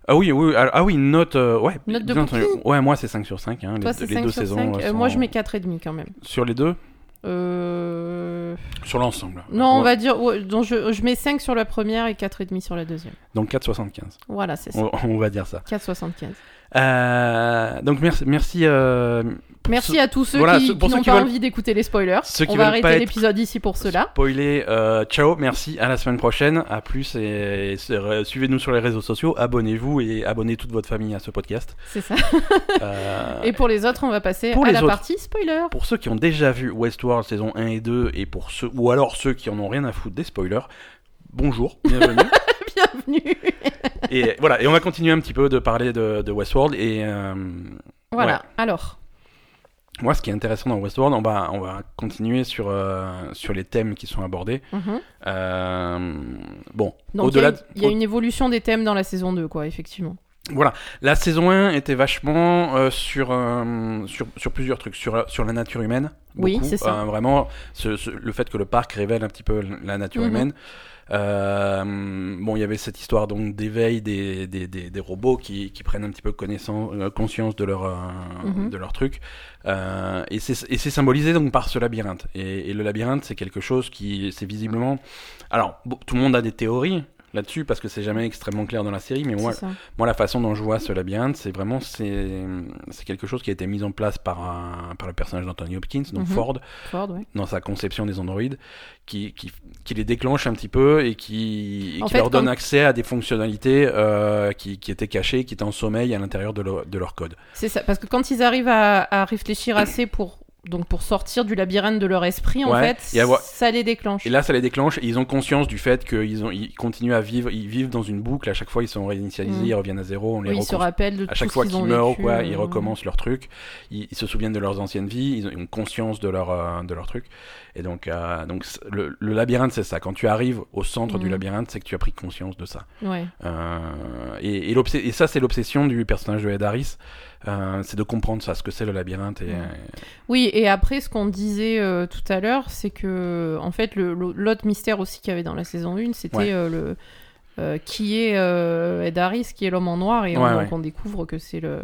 Speaker 1: Ah oui, oui, ah, ah oui, une note, euh, ouais,
Speaker 2: Note de
Speaker 1: bien entendu.
Speaker 2: Poupie.
Speaker 1: Ouais, moi c'est 5 sur 5, hein,
Speaker 2: Toi
Speaker 1: les,
Speaker 2: c'est
Speaker 1: les
Speaker 2: 5
Speaker 1: deux
Speaker 2: sur
Speaker 1: saisons.
Speaker 2: 5,
Speaker 1: elles sont-
Speaker 2: moi je mets 4,5 quand même.
Speaker 1: Sur les deux
Speaker 2: Euh,
Speaker 1: Sur l'ensemble.
Speaker 2: Non, on
Speaker 1: Ouais.
Speaker 2: va dire, ouais, donc je, je mets 5 sur la première et 4,5 sur la deuxième.
Speaker 1: Donc 4,75,
Speaker 2: Voilà, c'est ça.
Speaker 1: on, on va dire ça.
Speaker 2: 4,75.
Speaker 1: Euh, donc merci, merci, euh, pour
Speaker 2: Merci à tous ceux
Speaker 1: Voilà,
Speaker 2: qui,
Speaker 1: ceux- pour
Speaker 2: qui
Speaker 1: ceux
Speaker 2: n'ont
Speaker 1: qui
Speaker 2: pas
Speaker 1: veulent-
Speaker 2: envie d'écouter les spoilers.
Speaker 1: ceux qui
Speaker 2: On va
Speaker 1: veulent pas
Speaker 2: arrêter
Speaker 1: être-
Speaker 2: l'épisode ici pour cela.
Speaker 1: Spoiler, euh, ciao, merci, à la semaine prochaine, à plus et, et- suivez-nous sur les réseaux sociaux, abonnez-vous et abonnez toute votre famille à ce podcast.
Speaker 2: C'est ça.
Speaker 1: Euh,
Speaker 2: Et pour les autres, on va passer
Speaker 1: Pour
Speaker 2: à
Speaker 1: les
Speaker 2: la
Speaker 1: autres.
Speaker 2: partie spoiler.
Speaker 1: Pour ceux qui ont déjà vu Westworld saison 1 et 2, et pour ceux, ou alors ceux qui en ont rien à foutre des spoilers, bonjour, bienvenue.
Speaker 2: Bienvenue.
Speaker 1: et voilà, et on va continuer un petit peu de parler de, de Westworld. Et euh,
Speaker 2: Voilà.
Speaker 1: Ouais.
Speaker 2: Alors,
Speaker 1: moi, ce qui est intéressant dans Westworld, on va, on va continuer sur, euh, sur les thèmes qui sont abordés.
Speaker 2: mhm.
Speaker 1: Euh, bon,
Speaker 2: donc il y a
Speaker 1: au-delà.
Speaker 2: une- il y, a
Speaker 1: au-
Speaker 2: une évolution des thèmes dans la saison 2, quoi, effectivement.
Speaker 1: La saison 1 était vachement euh, sur, euh, sur, sur plusieurs trucs, sur, euh, sur la nature humaine.
Speaker 2: Oui,
Speaker 1: beaucoup,
Speaker 2: c'est ça.
Speaker 1: euh, vraiment, ce- ce- le fait que le parc révèle un petit peu la nature
Speaker 2: Mhm.
Speaker 1: humaine. Euh, bon, il y avait cette histoire donc d'éveil des, des, des, des robots qui, qui prennent un petit peu connaissance, euh, conscience de leur, euh,
Speaker 2: Mhm.
Speaker 1: de leur truc. Euh, et c'est et c'est symbolisé donc par ce labyrinthe. Et, et le labyrinthe, c'est quelque chose qui, c'est visiblement. Alors, bon, tout le monde a des théories là-dessus parce que c'est jamais extrêmement clair dans la série, mais moi,
Speaker 2: C'est ça.
Speaker 1: moi, la façon dont je vois ce labyrinthe, c'est vraiment c'est c'est quelque chose qui a été mis en place par un- par le personnage d'Anthony Hopkins, donc
Speaker 2: Mhm.
Speaker 1: Ford,
Speaker 2: Ford, ouais.
Speaker 1: dans sa conception des androïdes, qui, qui, qui les déclenche un petit peu et qui, et
Speaker 2: En
Speaker 1: qui
Speaker 2: fait,
Speaker 1: leur donne
Speaker 2: quand-
Speaker 1: accès à des fonctionnalités euh, qui, qui étaient cachées, qui étaient en sommeil à l'intérieur de, leur- de leur code.
Speaker 2: C'est ça, parce que quand ils arrivent à, à réfléchir assez pour donc pour sortir du labyrinthe de leur esprit, en
Speaker 1: Ouais,
Speaker 2: fait,
Speaker 1: et avoir-
Speaker 2: ça les déclenche.
Speaker 1: Et là, ça les déclenche et ils ont conscience du fait qu'ils ont ils continuent à vivre, ils vivent dans une boucle. À chaque fois, ils sont réinitialisés,
Speaker 2: Mhm.
Speaker 1: ils reviennent à zéro, on les
Speaker 2: Oui, ils se
Speaker 1: reconstruit.
Speaker 2: rappellent de
Speaker 1: à
Speaker 2: tout
Speaker 1: chaque
Speaker 2: ce
Speaker 1: fois
Speaker 2: qu'ils
Speaker 1: qu'ils
Speaker 2: ont
Speaker 1: meurent,
Speaker 2: vécu,
Speaker 1: quoi,
Speaker 2: euh,
Speaker 1: ils recommencent leur truc. Ils, ils se souviennent de leurs anciennes vies, ils ont- ils ont conscience de leur, euh, de leur truc. Et donc, euh, donc c- le, le labyrinthe, c'est ça. Quand tu arrives au centre du
Speaker 2: Mhm.
Speaker 1: labyrinthe, c'est que tu as pris conscience de ça.
Speaker 2: Ouais.
Speaker 1: Euh, et, et l'obsé- et ça, c'est l'obsession du personnage de Ed Harris. Euh, c'est de comprendre ça, ce que c'est le labyrinthe. Et, euh,
Speaker 2: Mhm. Oui, et après, ce qu'on disait euh, tout à l'heure, c'est que, en fait, le- le- l'autre mystère aussi qu'il y avait dans la saison 1, c'était
Speaker 1: Ouais.
Speaker 2: euh, le. euh, qui est euh, Ed Harris, qui est l'homme en noir, et on,
Speaker 1: Ouais,
Speaker 2: donc
Speaker 1: ouais.
Speaker 2: on découvre que c'est le.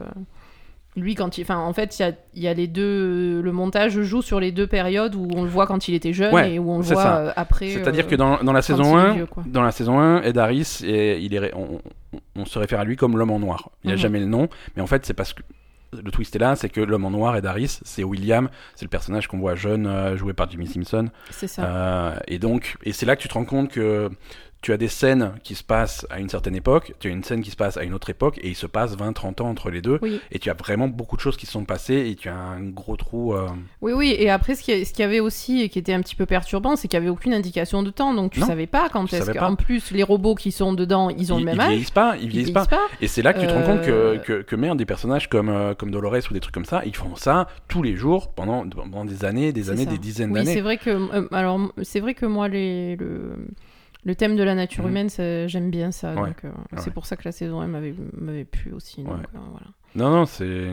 Speaker 2: Lui, quand il. Enfin, en fait, il y a, il y a les deux. Le montage joue sur les deux périodes où on le voit quand il était jeune
Speaker 1: Ouais,
Speaker 2: et où on le
Speaker 1: c'est
Speaker 2: voit
Speaker 1: ça.
Speaker 2: euh, après.
Speaker 1: C'est-à-dire
Speaker 2: euh,
Speaker 1: que dans, dans la
Speaker 2: quand
Speaker 1: saison
Speaker 2: il est
Speaker 1: 1,
Speaker 2: vieux, quoi.
Speaker 1: dans la saison 1, Ed Harris, est- il est, ré- on, on- on se réfère à lui comme l'homme en noir. Il n'y a
Speaker 2: Mhm.
Speaker 1: jamais le nom, mais en fait, c'est parce que le twist est là, c'est que l'homme en noir, Ed Harris, c'est William, c'est le personnage qu'on voit jeune, euh, joué par Jimmy Simpson.
Speaker 2: C'est ça.
Speaker 1: Euh, et donc, et c'est là que tu te rends compte que tu as des scènes qui se passent à une certaine époque, tu as une scène qui se passe à une autre époque, et il se passe 20-30 ans entre les deux.
Speaker 2: Oui.
Speaker 1: Et tu as vraiment beaucoup de choses qui se sont passées, et tu as un gros trou. euh,
Speaker 2: Oui, oui, et après, ce qui- ce qu'il y avait aussi et qui était un petit peu perturbant, c'est qu'il n'y avait aucune indication de temps, donc tu
Speaker 1: Non,
Speaker 2: savais pas quand
Speaker 1: tu
Speaker 2: est-ce
Speaker 1: savais
Speaker 2: que.
Speaker 1: pas.
Speaker 2: En plus, les robots qui sont dedans, ils ont le même âge.
Speaker 1: vieillissent pas, ils vieillissent pas. Et c'est là que tu te rends compte que,
Speaker 2: Euh.
Speaker 1: que, que merde, des personnages comme, euh, comme Dolores ou des trucs comme ça, ils font ça tous les jours pendant, pendant des années, des
Speaker 2: C'est
Speaker 1: années,
Speaker 2: ça.
Speaker 1: des dizaines
Speaker 2: Oui, c'est
Speaker 1: d'années.
Speaker 2: vrai que. euh, alors, c'est vrai que moi, les, le, le thème de la nature
Speaker 1: Mhm.
Speaker 2: humaine, ça- j'aime bien ça.
Speaker 1: Ouais,
Speaker 2: donc, euh,
Speaker 1: ouais.
Speaker 2: C'est pour ça que la saison M m'avait- m'avait plu aussi. donc,
Speaker 1: Ouais.
Speaker 2: euh, voilà.
Speaker 1: Non, non, c'est.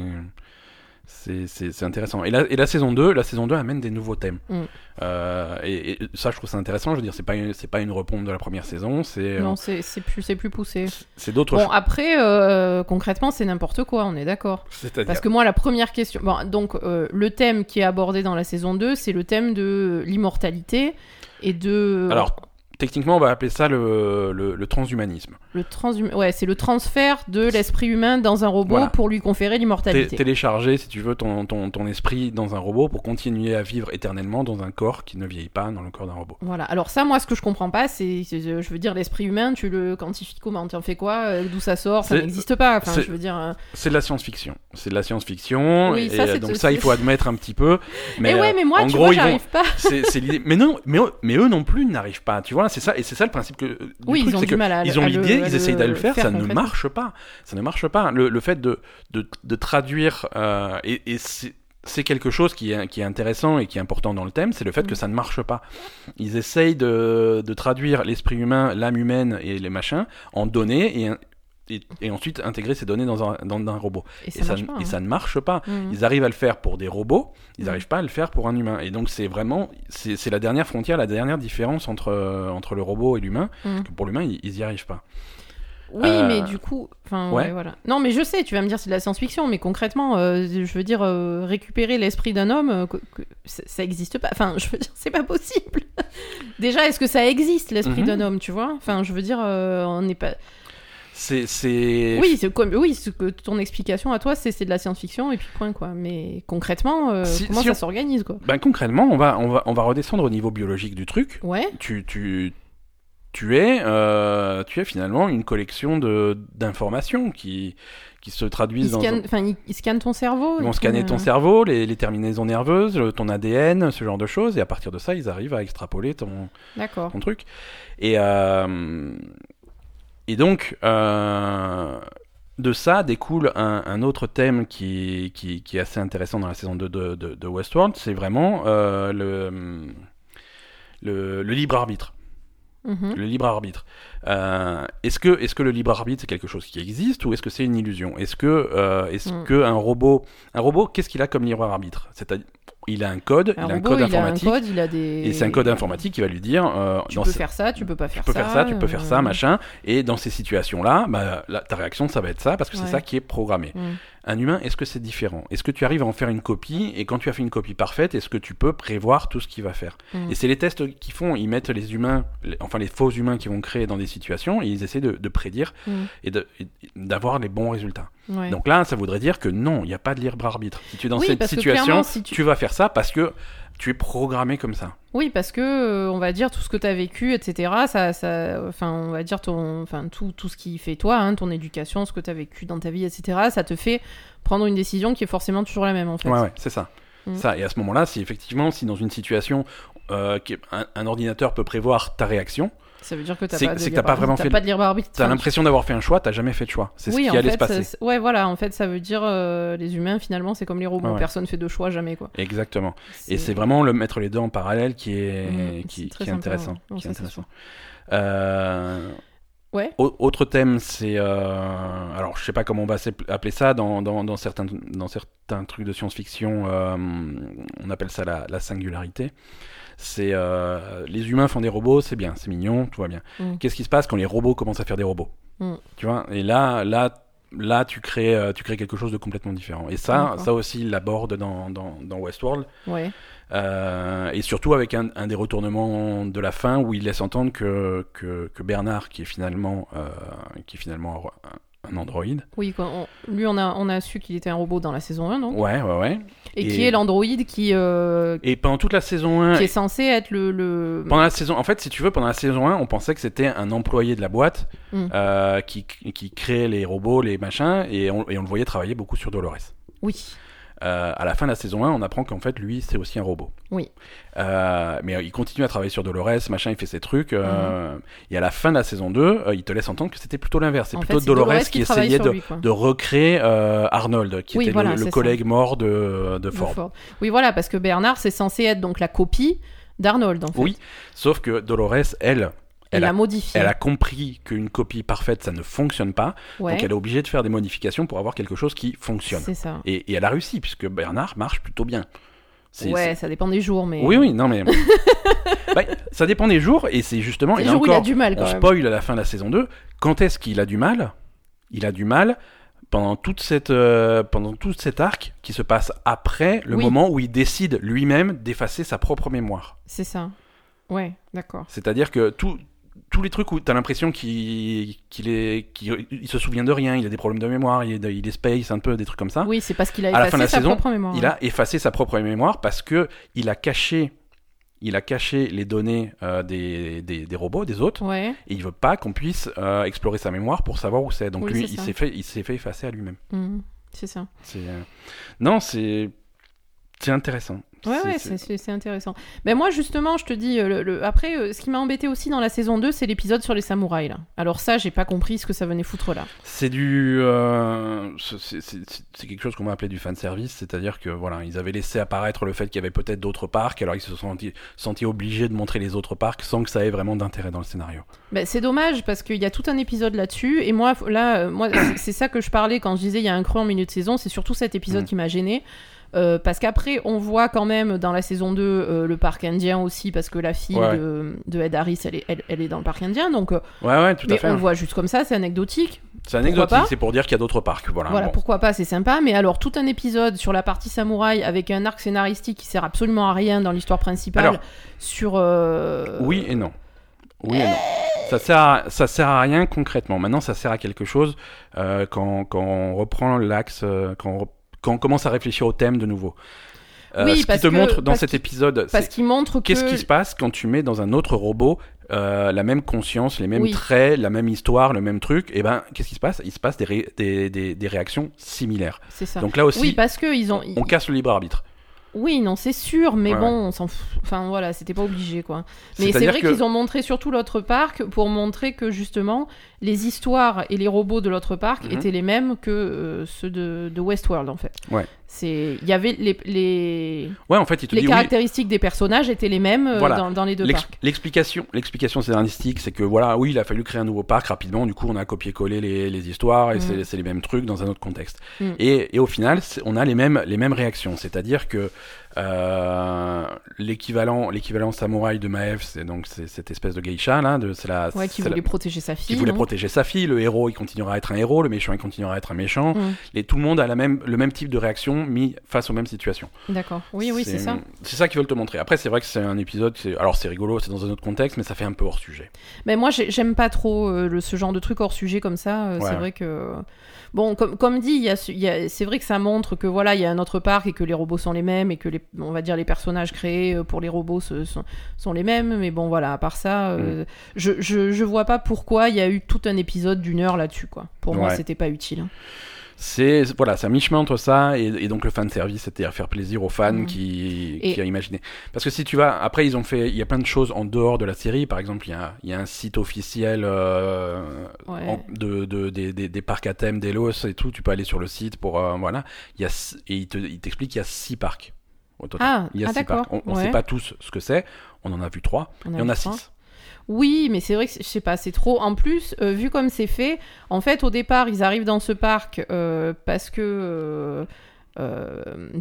Speaker 1: C'est, c'est, c'est intéressant. Et la, et la saison 2, la saison 2 amène des nouveaux thèmes.
Speaker 2: Mm.
Speaker 1: Euh, et, et ça, je trouve ça intéressant. Je veux dire, c'est pas une, c'est pas une repompe de la première saison, c'est, euh,
Speaker 2: Non, c'est c'est plus, c'est plus poussé.
Speaker 1: c'est, c'est d'autres
Speaker 2: Bon,
Speaker 1: choses.
Speaker 2: après, euh, concrètement, c'est n'importe quoi, on est d'accord.
Speaker 1: C'est-à-dire.
Speaker 2: Parce que moi, la première question. Bon, donc, euh, le thème qui est abordé dans la saison 2, c'est le thème de l'immortalité et de.
Speaker 1: Alors, techniquement, on va appeler ça le, le, le transhumanisme.
Speaker 2: Le transhum- Ouais, c'est le transfert de l'esprit humain dans un robot
Speaker 1: Voilà.
Speaker 2: pour lui conférer
Speaker 1: Té-
Speaker 2: l'immortalité.
Speaker 1: télécharger, si tu veux, ton, ton, ton esprit dans un robot pour continuer à vivre éternellement dans un corps qui ne vieillit pas dans le corps d'un robot.
Speaker 2: Voilà. Alors, ça, moi, ce que je comprends pas, c'est. c'est- euh, Je veux dire, l'esprit humain, tu le quantifies comment Tu en fais quoi Euh, D'où ça sort Ça
Speaker 1: C'est-
Speaker 2: n'existe pas. Enfin,
Speaker 1: c'est-
Speaker 2: je veux dire. euh,
Speaker 1: C'est de la science-fiction. C'est de la science-fiction.
Speaker 2: Oui,
Speaker 1: et
Speaker 2: ça, c'est-
Speaker 1: euh, donc ça, il faut admettre un petit peu. Mais,
Speaker 2: eh ouais,
Speaker 1: euh,
Speaker 2: mais moi,
Speaker 1: en
Speaker 2: tu
Speaker 1: gros,
Speaker 2: vois,
Speaker 1: ils vont.
Speaker 2: j'arrive pas.
Speaker 1: C'est c'est l'idée. Mais non, mais eux, mais eux non plus n'arrivent pas. Tu vois, c'est ça. Et c'est ça le principe que. euh, du
Speaker 2: Oui,
Speaker 1: truc,
Speaker 2: ils ont
Speaker 1: c'est
Speaker 2: du
Speaker 1: que
Speaker 2: mal à.
Speaker 1: Ils ont
Speaker 2: à le-
Speaker 1: l'idée,
Speaker 2: à
Speaker 1: ils essayent de le faire, ça ne
Speaker 2: concrètement.
Speaker 1: marche pas. Ça ne marche pas. Le, le fait de, de, de traduire, euh, et, et c'est c'est quelque chose qui est, qui est intéressant et qui est important dans le thème, c'est le fait que
Speaker 2: Mhm.
Speaker 1: ça ne marche pas. Ils essayent de, de traduire l'esprit humain, l'âme humaine et les machins en données et, et, et ensuite intégrer ces données dans un, dans un robot.
Speaker 2: Et ça
Speaker 1: et, ça,
Speaker 2: marche
Speaker 1: ne-
Speaker 2: pas,
Speaker 1: et
Speaker 2: hein.
Speaker 1: ça ne marche pas.
Speaker 2: Mhm.
Speaker 1: Ils arrivent à le faire pour des robots, ils
Speaker 2: Mhm.
Speaker 1: n'arrivent pas à le faire pour un humain. Et donc c'est vraiment, c'est c'est la dernière frontière, la dernière différence entre, euh, entre le robot et l'humain,
Speaker 2: Mhm.
Speaker 1: que pour l'humain, ils ils n'y arrivent pas.
Speaker 2: Oui,
Speaker 1: Euh,
Speaker 2: mais du coup, enfin,
Speaker 1: ouais.
Speaker 2: ouais, voilà. Non, mais je sais, tu vas me dire c'est de la science-fiction, mais concrètement, euh, je veux dire euh, récupérer l'esprit d'un homme, euh, que- que- ça ça existe pas. Enfin, je veux dire, c'est pas possible. Déjà, est-ce que ça existe l'esprit
Speaker 1: Mhm.
Speaker 2: d'un homme, tu vois Enfin, je veux dire, euh, on n'est pas.
Speaker 1: C'est. c'est-
Speaker 2: Oui, c'est comme- oui, ce que ton explication à toi, c'est c'est de la science-fiction et puis point quoi. Mais concrètement, euh,
Speaker 1: Si-
Speaker 2: comment
Speaker 1: si
Speaker 2: ça
Speaker 1: on-
Speaker 2: s'organise quoi
Speaker 1: Ben, concrètement, on va, on, va, on va redescendre au niveau biologique du truc.
Speaker 2: Ouais,
Speaker 1: tu, tu, tu, es, euh, tu es finalement une collection de- d'informations qui, qui se
Speaker 2: ils
Speaker 1: traduisent dans...
Speaker 2: scannent, enfin, ils- ils scannent ton cerveau.
Speaker 1: Ils vont
Speaker 2: et tout,
Speaker 1: scanner
Speaker 2: euh,
Speaker 1: ton cerveau, les, les terminaisons nerveuses, le- ton ADN, ce genre de choses, et à partir de ça, ils arrivent à extrapoler ton,
Speaker 2: D'accord.
Speaker 1: ton truc. Et, euh, et donc, euh, de ça découle un, un autre thème qui, qui, qui est assez intéressant dans la saison 2 de, de- de Westworld, c'est vraiment euh, le- le- le libre arbitre.
Speaker 2: Mhm.
Speaker 1: Le libre arbitre. Euh, est-ce que, est-ce que le libre arbitre c'est quelque chose qui existe ou est-ce que c'est une illusion Est-ce que, euh, est-ce
Speaker 2: Mm.
Speaker 1: que un robot, un robot, qu'est-ce qu'il a comme libre arbitre C'est-à-dire, il a un code,
Speaker 2: Un
Speaker 1: il a un
Speaker 2: robot,
Speaker 1: code
Speaker 2: il a un
Speaker 1: informatique,
Speaker 2: code, il a des.
Speaker 1: et c'est un code informatique qui va lui dire, euh,
Speaker 2: Tu
Speaker 1: dans
Speaker 2: peux
Speaker 1: ce-
Speaker 2: faire ça, tu peux pas faire
Speaker 1: tu peux
Speaker 2: ça.
Speaker 1: faire ça, tu peux faire
Speaker 2: euh,
Speaker 1: ça, machin. Et dans ces situations-là, bah, là, ta réaction ça va être ça parce que
Speaker 2: Ouais.
Speaker 1: c'est ça qui est programmé.
Speaker 2: Mm.
Speaker 1: Un humain, est-ce que c'est différent Est-ce que tu arrives à en faire une copie Et quand tu as fait une copie parfaite, est-ce que tu peux prévoir tout ce qu'il va faire
Speaker 2: Mm.
Speaker 1: Et c'est les tests qu'ils font. Ils mettent les humains, les- enfin les faux humains qu'ils vont créer dans des situations et ils essaient de, de prédire
Speaker 2: Mm.
Speaker 1: et de- et d'avoir les bons résultats.
Speaker 2: Ouais.
Speaker 1: Donc là, ça voudrait dire que non, il n'y a pas de libre arbitre. Si tu es dans
Speaker 2: Oui,
Speaker 1: cette
Speaker 2: parce que clairement,
Speaker 1: situation,
Speaker 2: si tu-
Speaker 1: tu vas faire ça parce que tu es programmé comme ça.
Speaker 2: Oui, parce que euh, on va dire tout ce que tu as vécu, etc. Ça, ça, enfin, on va dire ton, enfin tout, tout ce qui fait toi, hein, ton éducation, ce que tu as vécu dans ta vie, etc. Ça te fait prendre une décision qui est forcément toujours la même en fait.
Speaker 1: Ouais, ouais, c'est ça.
Speaker 2: Mm.
Speaker 1: ça. Et à ce moment-là, si effectivement, si dans une situation, euh, qui est- un, un ordinateur peut prévoir ta réaction,
Speaker 2: Ça veut dire que t'as
Speaker 1: C'est-
Speaker 2: pas, de
Speaker 1: c'est que
Speaker 2: libre
Speaker 1: t'as pas vraiment
Speaker 2: arbitre,
Speaker 1: fait
Speaker 2: pas de libre arbitre.
Speaker 1: t'as
Speaker 2: Enfin,
Speaker 1: l'impression d'avoir fait un choix, t'as jamais fait de choix. C'est
Speaker 2: oui,
Speaker 1: ce
Speaker 2: en
Speaker 1: qui allait
Speaker 2: fait, euh,
Speaker 1: se passer.
Speaker 2: ça- ouais, voilà, en fait, ça veut dire euh, les humains finalement, c'est comme les robots,
Speaker 1: Ouais, ouais.
Speaker 2: personne fait de choix jamais quoi.
Speaker 1: Exactement. Et c'est vraiment le mettre les deux en parallèle qui est,
Speaker 2: Mhm, c'est
Speaker 1: qui,
Speaker 2: très
Speaker 1: qui est
Speaker 2: sympa,
Speaker 1: intéressant.
Speaker 2: ouais. Non,
Speaker 1: qui est
Speaker 2: ça, c'est
Speaker 1: intéressant. Euh,
Speaker 2: Ouais.
Speaker 1: au- Autre thème, c'est euh, alors je sais pas comment on va s'app- appeler ça dans, dans, dans certains dans certains trucs de science-fiction, euh, on appelle ça la, la singularité. C'est euh, les humains font des robots, c'est bien, c'est mignon, tout va bien.
Speaker 2: Mm.
Speaker 1: Qu'est-ce qui se passe quand les robots commencent à faire des robots
Speaker 2: Mm.
Speaker 1: Tu vois Et là, là, là, tu crées euh, tu crées quelque chose de complètement différent. Et ça,
Speaker 2: D'accord.
Speaker 1: ça aussi, il l'aborde dans, dans, dans Westworld.
Speaker 2: Ouais.
Speaker 1: Euh, et surtout avec un, un des retournements de la fin où il laisse entendre que, que, que Bernard, qui est finalement, euh, qui est finalement un, un androïde,
Speaker 2: Oui, quoi, on- lui, on a, on a su qu'il était un robot dans la saison 1, donc.
Speaker 1: ouais, ouais, ouais.
Speaker 2: Et,
Speaker 1: Et-
Speaker 2: qui est l'androïde qui, euh,
Speaker 1: Et pendant toute la saison 1,
Speaker 2: qui est censé être le. le...
Speaker 1: pendant la saison, en fait, si tu veux, pendant la saison 1, on pensait que c'était un employé de la boîte
Speaker 2: Mm.
Speaker 1: euh, qui, qui créait les robots, les machins, et on, et on le voyait travailler beaucoup sur Dolores.
Speaker 2: Oui.
Speaker 1: Euh, à la fin de la saison 1, on apprend qu'en fait, lui, c'est aussi un robot.
Speaker 2: Oui.
Speaker 1: Euh, mais euh, il continue à travailler sur Dolores, machin, il fait ses trucs. euh, Et à la fin de la saison 2, euh, il te laisse entendre que c'était plutôt l'inverse. C'est
Speaker 2: Mhm. En
Speaker 1: plutôt
Speaker 2: fait,
Speaker 1: Dolores, qui
Speaker 2: travaille
Speaker 1: essayait
Speaker 2: sur
Speaker 1: de,
Speaker 2: lui, quoi.
Speaker 1: de recréer euh, Arnold, qui
Speaker 2: Oui,
Speaker 1: était le-
Speaker 2: voilà,
Speaker 1: le,
Speaker 2: c'est ça.
Speaker 1: collègue mort de, de
Speaker 2: de
Speaker 1: Ford.
Speaker 2: Ford. Oui, voilà, parce que Bernard, c'est censé être donc la copie d'Arnold, en fait.
Speaker 1: Oui, sauf que Dolores, elle,
Speaker 2: Il
Speaker 1: elle
Speaker 2: l'a
Speaker 1: a,
Speaker 2: modifié.
Speaker 1: elle a compris qu'une copie parfaite, ça ne fonctionne pas.
Speaker 2: Ouais,
Speaker 1: Donc elle est obligée de faire des modifications pour avoir quelque chose qui fonctionne.
Speaker 2: c'est ça.
Speaker 1: Et, et elle a réussi, puisque Bernard marche plutôt bien. C'est-
Speaker 2: Ouais, ça dépend des jours, mais.
Speaker 1: Oui, oui, non, mais. Bah, ça dépend des jours, et c'est justement.
Speaker 2: Les
Speaker 1: et là
Speaker 2: jours où il a
Speaker 1: encore,
Speaker 2: du mal,
Speaker 1: on
Speaker 2: quand même.
Speaker 1: spoil à la fin de la saison 2. Quand est-ce qu'il a du mal Il a du mal pendant, toute cette, euh, pendant tout cet arc qui se passe après le
Speaker 2: Oui.
Speaker 1: moment où il décide lui-même d'effacer sa propre mémoire.
Speaker 2: C'est ça. Ouais, d'accord.
Speaker 1: C'est-à-dire que tout. Tous les trucs où t'as l'impression qu'il qu'il est, qu'il- il se souvient de rien, il a des problèmes de mémoire, il est, il est space un peu, des trucs comme ça.
Speaker 2: Oui, c'est parce qu'il a
Speaker 1: Hein la
Speaker 2: effacé
Speaker 1: fin de la
Speaker 2: sa
Speaker 1: saison,
Speaker 2: propre mémoire.
Speaker 1: Il a effacé sa propre mémoire parce que il a caché, il a caché les données euh, des, des, des robots, des autres,
Speaker 2: Ouais.
Speaker 1: et il veut pas qu'on puisse euh, explorer sa mémoire pour savoir où c'est. Donc
Speaker 2: Oui,
Speaker 1: lui,
Speaker 2: c'est
Speaker 1: il
Speaker 2: ça.
Speaker 1: s'est fait, il s'est fait effacer à lui-même.
Speaker 2: Mhm. C'est ça.
Speaker 1: C'est euh, non, c'est c'est intéressant.
Speaker 2: Ouais,
Speaker 1: C'est-
Speaker 2: ouais,
Speaker 1: c'est-
Speaker 2: c'est- c'est c'est intéressant. Ben moi, justement, je te dis, euh, le, le- après, euh, ce qui m'a embêté aussi dans la saison 2, c'est l'épisode sur les samouraïs, là. Alors ça, j'ai pas compris ce que ça venait foutre là.
Speaker 1: c'est du euh, c'est- c'est c'est- c'est quelque chose qu'on va appeler du fan service, c'est-à-dire que voilà, ils avaient laissé apparaître le fait qu'il y avait peut-être d'autres parcs, alors ils se sont sentis, sentis obligés de montrer les autres parcs sans que ça ait vraiment d'intérêt dans le scénario.
Speaker 2: Ben, c'est dommage, parce qu'il y a tout un épisode là-dessus, et moi, f- là, euh, moi c'est- c'est ça que je parlais quand je disais il y a un creux en milieu de saison, c'est surtout cet épisode
Speaker 1: Mm.
Speaker 2: qui m'a gêné. Euh, parce qu'après, on voit quand même dans la saison 2 euh, le parc indien aussi, parce que la fille
Speaker 1: Ouais.
Speaker 2: de, de Ed Harris, elle est, elle, elle est dans le parc indien, donc euh,
Speaker 1: Ouais, ouais, tout à
Speaker 2: mais
Speaker 1: fait. hein.
Speaker 2: on le voit juste comme ça, c'est anecdotique.
Speaker 1: C'est
Speaker 2: Pourquoi
Speaker 1: anecdotique,
Speaker 2: pas
Speaker 1: c'est pour dire qu'il y a d'autres parcs. Voilà.
Speaker 2: Voilà,
Speaker 1: bon.
Speaker 2: pourquoi pas, c'est sympa. Mais alors, tout un épisode sur la partie samouraï avec un arc scénaristique qui sert absolument à rien dans l'histoire principale.
Speaker 1: Alors-
Speaker 2: sur. euh,
Speaker 1: Oui et non. Oui et non. ça sert, à, ça sert à rien concrètement. Maintenant, ça sert à quelque chose euh, quand, quand on reprend l'axe, euh, quand, on re- quand on commence à réfléchir au thème de nouveau. Euh,
Speaker 2: Oui,
Speaker 1: ce qui
Speaker 2: parce
Speaker 1: te
Speaker 2: que-
Speaker 1: montre dans
Speaker 2: parce
Speaker 1: cet
Speaker 2: qu'il-
Speaker 1: épisode,
Speaker 2: Parce
Speaker 1: c'est
Speaker 2: qu'il montre que.
Speaker 1: qu'est-ce qui se passe quand tu mets dans un autre robot euh, la même conscience, les mêmes
Speaker 2: Oui.
Speaker 1: traits, la même histoire, le même truc. Et ben, qu'est-ce qui se passe Il se passe des, ré- des, des- des réactions similaires.
Speaker 2: C'est ça.
Speaker 1: Donc là aussi,
Speaker 2: oui, parce que ils ont.
Speaker 1: on casse le libre arbitre.
Speaker 2: Oui, non, c'est sûr, mais
Speaker 1: Ouais,
Speaker 2: bon, on s'en fout. Enfin, voilà, c'était pas obligé, quoi. Mais c'est
Speaker 1: C'est-à-dire
Speaker 2: vrai
Speaker 1: que-
Speaker 2: qu'ils ont montré surtout l'autre parc pour montrer que, justement, les histoires et les robots de l'autre parc
Speaker 1: Mhm.
Speaker 2: étaient les mêmes que euh, ceux de, de Westworld, en fait.
Speaker 1: Ouais.
Speaker 2: C'est... Il y avait les... Les,
Speaker 1: Ouais, en fait, il te
Speaker 2: les
Speaker 1: dit oui,
Speaker 2: caractéristiques des personnages étaient les mêmes euh,
Speaker 1: Voilà.
Speaker 2: dans, dans les deux
Speaker 1: L'ex-
Speaker 2: parcs.
Speaker 1: L'explication, l'explication scénaristique, c'est que voilà, oui, il a fallu créer un nouveau parc rapidement. Du coup, on a copié-collé les, les histoires et
Speaker 2: Mm.
Speaker 1: c'est- c'est les mêmes trucs dans un autre contexte.
Speaker 2: Mm.
Speaker 1: Et, et au final, c'est- on a les mêmes, les mêmes réactions. C'est-à-dire que euh, l'équivalent, l'équivalent samouraï de Maef, c'est donc c'est cette espèce de geisha là, de c'est la,
Speaker 2: Ouais, qui
Speaker 1: c'est la-
Speaker 2: voulait protéger sa
Speaker 1: qui
Speaker 2: fille.
Speaker 1: voulait
Speaker 2: non
Speaker 1: protéger sa fille. Le héros, il continuera à être un héros. Le méchant, il continuera à être un méchant.
Speaker 2: Mm.
Speaker 1: Et tout le monde a la même, le même type de réaction mis face aux mêmes situations.
Speaker 2: D'accord. Oui, oui, c'est ça.
Speaker 1: C'est ça qu'ils veulent te montrer. Après, c'est vrai que c'est un épisode. c'est- Alors, c'est rigolo, c'est dans un autre contexte, mais ça fait un peu hors sujet.
Speaker 2: Mais moi, j'ai- j'aime pas trop euh, le- ce genre de truc hors sujet comme ça. euh,
Speaker 1: Ouais.
Speaker 2: C'est vrai que. Bon, comme, comme dit, il y a ce- il y a- c'est vrai que ça montre que voilà, il y a un autre parc et que les robots sont les mêmes et que, les, on va dire, les personnages créés euh, pour les robots se- sont, sont les mêmes. Mais bon, voilà, à part ça, euh,
Speaker 1: Mm.
Speaker 2: je, je, je vois pas pourquoi il y a eu tout un épisode d'une heure là-dessus, quoi. Pour moi,
Speaker 1: Ouais.
Speaker 2: c'était pas utile. hein.
Speaker 1: C'est voilà, c'est un mi-chemin entre ça et, et donc le fan service, c'est-à-dire faire plaisir aux fans
Speaker 2: Mhm.
Speaker 1: qui,
Speaker 2: Et-
Speaker 1: qui a imaginé. Parce que si tu vas, après ils ont fait, il y a plein de choses en dehors de la série. Par exemple, il y a, il y a un site officiel euh,
Speaker 2: Ouais.
Speaker 1: en- de, de- des, des- des parcs à thème, d'Elos et tout. Tu peux aller sur le site pour euh, voilà. Il y a s- et il te- il t'explique qu'il y a six parcs. Au total.
Speaker 2: Ah,
Speaker 1: il y a
Speaker 2: ah,
Speaker 1: six
Speaker 2: d'accord.
Speaker 1: parcs. On ne
Speaker 2: Ouais.
Speaker 1: sait pas tous ce que c'est. On en a vu trois. Il y en a
Speaker 2: trois.
Speaker 1: six.
Speaker 2: Oui, mais c'est vrai que c'est- je sais pas, c'est trop. En plus, euh, vu comme c'est fait, en fait, au départ, ils arrivent dans ce parc euh, parce que euh, euh,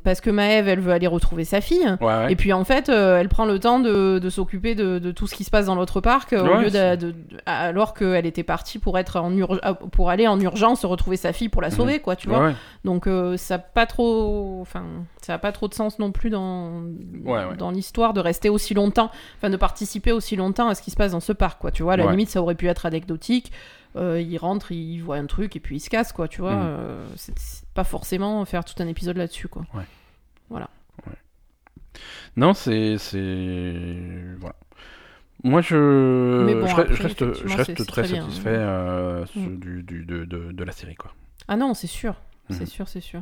Speaker 2: parce que Maëve, elle veut aller retrouver sa fille.
Speaker 1: Ouais, ouais.
Speaker 2: Et puis en fait, euh, elle prend le temps de, de s'occuper de, de tout ce qui se passe dans l'autre parc, euh, au
Speaker 1: Ouais,
Speaker 2: lieu d'a-
Speaker 1: c'est-
Speaker 2: de, de- alors qu'elle était partie pour être en ur- ah, pour aller en urgence retrouver sa fille pour
Speaker 1: Mhm.
Speaker 2: la sauver, quoi, tu
Speaker 1: Ouais,
Speaker 2: vois.
Speaker 1: ouais.
Speaker 2: Donc euh, ça a pas trop, enfin ça a pas trop de sens non plus dans
Speaker 1: Ouais, ouais.
Speaker 2: dans l'histoire de rester aussi longtemps, enfin de participer aussi longtemps à ce qui se passe dans ce parc quoi. Tu vois, à la
Speaker 1: Ouais.
Speaker 2: limite ça aurait pu être anecdotique. Euh, il rentre, il voit un truc et puis il se casse quoi. Tu vois,
Speaker 1: Mm.
Speaker 2: Euh, c'est c'est pas forcément faire tout un épisode là-dessus quoi.
Speaker 1: Non, c'est. c'est- Voilà. Moi, je,
Speaker 2: Mais bon,
Speaker 1: je, re- je
Speaker 2: après,
Speaker 1: reste, je
Speaker 2: effectivement, c'est-
Speaker 1: reste très
Speaker 2: c'est très bien.
Speaker 1: satisfait euh, ce-
Speaker 2: Mm.
Speaker 1: du, du- de, de- de la série. Quoi.
Speaker 2: Ah non, c'est sûr,
Speaker 1: Mhm.
Speaker 2: c'est sûr, c'est sûr.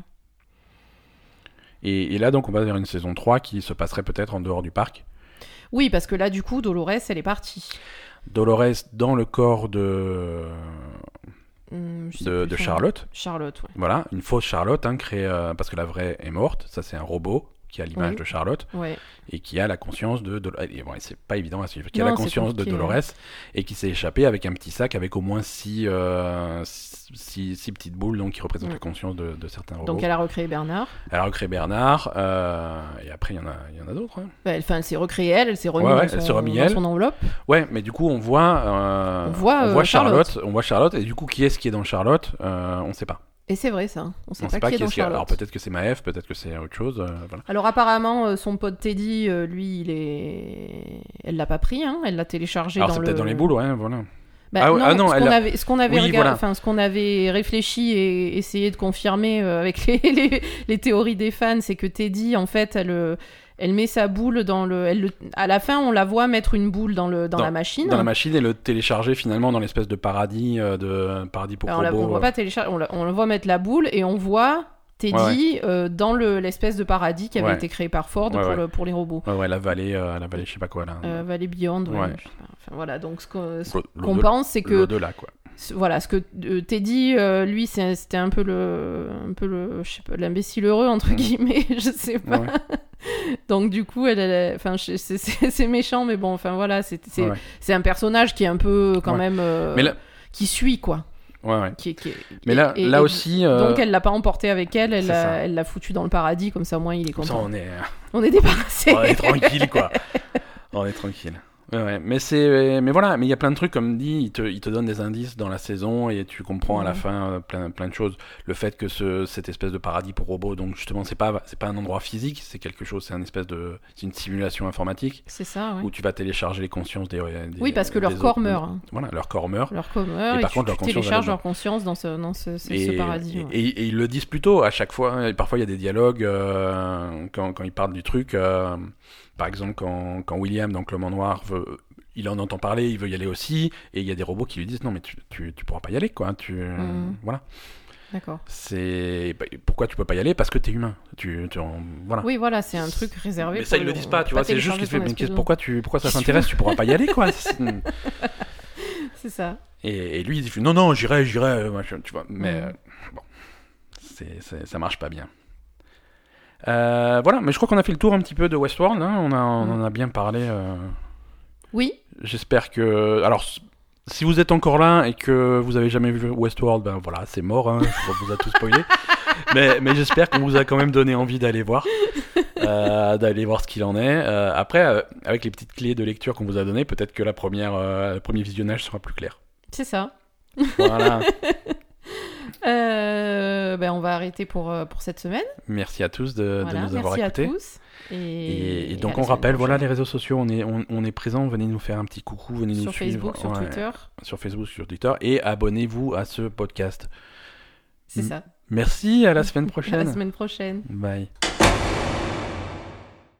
Speaker 1: Et, et là, donc, on va vers une saison 3 qui se passerait peut-être en dehors du parc.
Speaker 2: Oui, parce que là du coup Dolores elle est partie.
Speaker 1: Dolores dans le corps de,
Speaker 2: Hum, je sais
Speaker 1: de,
Speaker 2: plus son
Speaker 1: de
Speaker 2: nom.
Speaker 1: Charlotte.
Speaker 2: Charlotte, ouais.
Speaker 1: Voilà, une fausse Charlotte, hein, créée, euh, parce que la vraie est morte. Ça, c'est un robot qui a l'image
Speaker 2: Oui.
Speaker 1: de Charlotte
Speaker 2: Ouais.
Speaker 1: et qui a la conscience de. Dol- et bon, et c'est pas évident à suivre. Qui a
Speaker 2: Non,
Speaker 1: la
Speaker 2: c'est
Speaker 1: conscience de
Speaker 2: compliqué,
Speaker 1: Dolores et qui s'est échappé avec un petit sac avec au moins six, euh, six, six petites boules donc, qui représentent
Speaker 2: Mm.
Speaker 1: la conscience de, de certains robots.
Speaker 2: Donc elle a recréé Bernard.
Speaker 1: Elle a recréé Bernard, euh, et après il y en a, il y en a d'autres. hein.
Speaker 2: Bah, elle- Enfin, elle s'est recréée elle, elle s'est remise
Speaker 1: Ouais, ouais,
Speaker 2: dans,
Speaker 1: elle
Speaker 2: son-
Speaker 1: s'est remis,
Speaker 2: dans
Speaker 1: elle.
Speaker 2: son enveloppe.
Speaker 1: Ouais, mais du coup on voit, euh,
Speaker 2: On voit, euh,
Speaker 1: Charlotte, on voit Charlotte, et du coup qui est-ce qui est dans Charlotte euh, On sait pas.
Speaker 2: Et c'est vrai ça, on sait
Speaker 1: On
Speaker 2: pas, qui est dans Charlotte.
Speaker 1: Alors peut-être que c'est Maëf, peut-être que c'est autre chose. euh, voilà.
Speaker 2: Alors apparemment, euh, son pote Teddy, euh, lui, il est, elle l'a pas pris, hein, elle l'a téléchargé
Speaker 1: Alors
Speaker 2: dans
Speaker 1: c'est
Speaker 2: le.
Speaker 1: peut-être dans les boules, ouais, voilà.
Speaker 2: Bah,
Speaker 1: Ah ouais,
Speaker 2: non,
Speaker 1: ah non,
Speaker 2: ce
Speaker 1: elle
Speaker 2: qu'on
Speaker 1: l'a-
Speaker 2: avait, ce qu'on avait,
Speaker 1: Oui,
Speaker 2: regard-
Speaker 1: voilà.
Speaker 2: enfin, ce qu'on avait réfléchi et essayé de confirmer euh, avec les, les, les théories des fans, c'est que Teddy, en fait, elle, euh, elle met sa boule dans le, elle le- à la fin, on la voit mettre une boule dans le, dans, la machine.
Speaker 1: Dans la machine et le télécharger finalement dans l'espèce de paradis euh, de paradis pour
Speaker 2: Alors, on, la,
Speaker 1: robots.
Speaker 2: on voit
Speaker 1: euh.
Speaker 2: pas télécharger, on, la- on le voit mettre la boule et on voit Teddy
Speaker 1: Ouais,
Speaker 2: euh, dans le- l'espèce de paradis qui avait
Speaker 1: Ouais.
Speaker 2: été créé par Ford
Speaker 1: Ouais,
Speaker 2: pour,
Speaker 1: ouais.
Speaker 2: le- pour les robots.
Speaker 1: Ouais, ouais, la vallée, euh, la vallée, je sais pas quoi là.
Speaker 2: euh, Valley Beyond. ouais,
Speaker 1: Ouais.
Speaker 2: je sais pas. Enfin, voilà, donc ce qu'on ce
Speaker 1: L'au-
Speaker 2: qu'on
Speaker 1: l'au-delà-
Speaker 2: pense, c'est que
Speaker 1: L'au-delà, quoi.
Speaker 2: ce- voilà, ce que euh, Teddy, euh, lui, c'est un- c'était un peu le, un peu le, je sais pas, l'imbécile heureux entre
Speaker 1: Mhm.
Speaker 2: guillemets, je sais pas.
Speaker 1: Ouais.
Speaker 2: Donc du coup, elle, elle- enfin, je- c'est- c'est c'est méchant, mais bon, enfin voilà, c'est c'est-
Speaker 1: Ouais.
Speaker 2: c'est un personnage qui est un peu quand
Speaker 1: Ouais.
Speaker 2: même, euh,
Speaker 1: Mais là,
Speaker 2: qui suit quoi,
Speaker 1: ouais, ouais.
Speaker 2: qui, qui-
Speaker 1: Mais là,
Speaker 2: et-
Speaker 1: là
Speaker 2: et-
Speaker 1: aussi. euh,
Speaker 2: Donc elle l'a pas emporté avec elle, elle
Speaker 1: c'est
Speaker 2: l'a-
Speaker 1: ça.
Speaker 2: elle l'a foutu dans le paradis comme ça au moins il est
Speaker 1: comme ça,
Speaker 2: content.
Speaker 1: on est.
Speaker 2: On est débarrassé.
Speaker 1: On est tranquille, quoi. On est tranquille. Ouais, ouais. Mais c'est, mais voilà, mais il y a plein de trucs comme dit, il te, il te donne des indices dans la saison et tu comprends à la
Speaker 2: Mhm.
Speaker 1: fin euh, plein, plein de choses. Le fait que ce, cette espèce de paradis pour robots, donc justement, c'est pas, c'est pas un endroit physique, c'est quelque chose, c'est un espèce de, c'est une simulation informatique
Speaker 2: C'est ça, ouais.
Speaker 1: où tu vas télécharger les consciences des, des-
Speaker 2: Oui, parce que leur
Speaker 1: des
Speaker 2: corps
Speaker 1: autres-
Speaker 2: meurt. hein.
Speaker 1: Voilà, leur corps meurt.
Speaker 2: Leur corps meurt
Speaker 1: Et
Speaker 2: et,
Speaker 1: par
Speaker 2: tu,
Speaker 1: contre, leur
Speaker 2: tu
Speaker 1: conscience, elle
Speaker 2: télécharges
Speaker 1: meurt.
Speaker 2: leur conscience dans ce, dans ce, ce-
Speaker 1: Et,
Speaker 2: ce paradis. ouais.
Speaker 1: et- et ils le disent plutôt à chaque fois. Et parfois, il y a des dialogues euh, quand, quand ils parlent du truc. euh, par exemple, quand, quand William, donc l'homme en noir, veut, il en entend parler, il veut y aller aussi. Et il y a des robots qui lui disent Non, mais tu, tu, tu pourras pas y aller, quoi. hein, Tu,
Speaker 2: Mhm.
Speaker 1: Voilà.
Speaker 2: D'accord.
Speaker 1: C'est bah, pourquoi tu peux pas y aller Parce que t'es humain. Tu, tu en- voilà.
Speaker 2: Oui, voilà, c'est un truc réservé.
Speaker 1: mais ça,
Speaker 2: pour
Speaker 1: ils le
Speaker 2: le-
Speaker 1: disent pas,
Speaker 2: on
Speaker 1: tu vois.
Speaker 2: peut
Speaker 1: C'est juste
Speaker 2: télécharger
Speaker 1: qu'ils se fait
Speaker 2: ton
Speaker 1: mais qu'est-ce-
Speaker 2: espèce de-
Speaker 1: pourquoi, tu, pourquoi ça
Speaker 2: Qu'est-ce que tu
Speaker 1: t'intéresse Tu pourras pas y aller, quoi. C'est- hmm.
Speaker 2: C'est ça.
Speaker 1: et, et lui, il dit Non, non, j'irai, j'irai. euh, machin, Tu vois. Mais
Speaker 2: Mhm.
Speaker 1: euh, bon, c'est- c'est- ça marche pas bien. Euh, voilà, mais je crois qu'on a fait le tour un petit peu de Westworld. hein, On, a, on en a bien parlé. euh,
Speaker 2: Oui,
Speaker 1: J'espère que. Alors, s- si vous êtes encore là et que vous avez jamais vu Westworld, ben voilà, c'est mort. hein, on vous a tout spoilé. mais mais j'espère qu'on vous a quand même donné envie d'aller voir. euh, d'aller voir ce qu'il en est. Euh, après, euh, avec les petites clés de lecture qu'on vous a données, peut-être que la première, euh, le premier visionnage sera plus clair.
Speaker 2: c'est ça.
Speaker 1: Voilà.
Speaker 2: Euh, ben, on va arrêter pour, euh, pour cette semaine.
Speaker 1: Merci à tous Euh, de, de
Speaker 2: voilà.
Speaker 1: nous avoir
Speaker 2: Merci à
Speaker 1: écoutés.
Speaker 2: tous. Et,
Speaker 1: Et, et
Speaker 2: à
Speaker 1: donc
Speaker 2: la
Speaker 1: on
Speaker 2: semaine
Speaker 1: rappelle, voilà
Speaker 2: prochaine.
Speaker 1: les réseaux sociaux, on est, on, on est présent, venez nous faire un petit coucou, venez nous
Speaker 2: Sur
Speaker 1: suivre
Speaker 2: Facebook, sur
Speaker 1: ouais,
Speaker 2: Twitter,
Speaker 1: sur Facebook, sur Twitter, et abonnez-vous à ce podcast.
Speaker 2: c'est
Speaker 1: Mm.
Speaker 2: ça.
Speaker 1: Merci, à la semaine
Speaker 2: À
Speaker 1: prochaine.
Speaker 2: la semaine prochaine.
Speaker 1: Bye.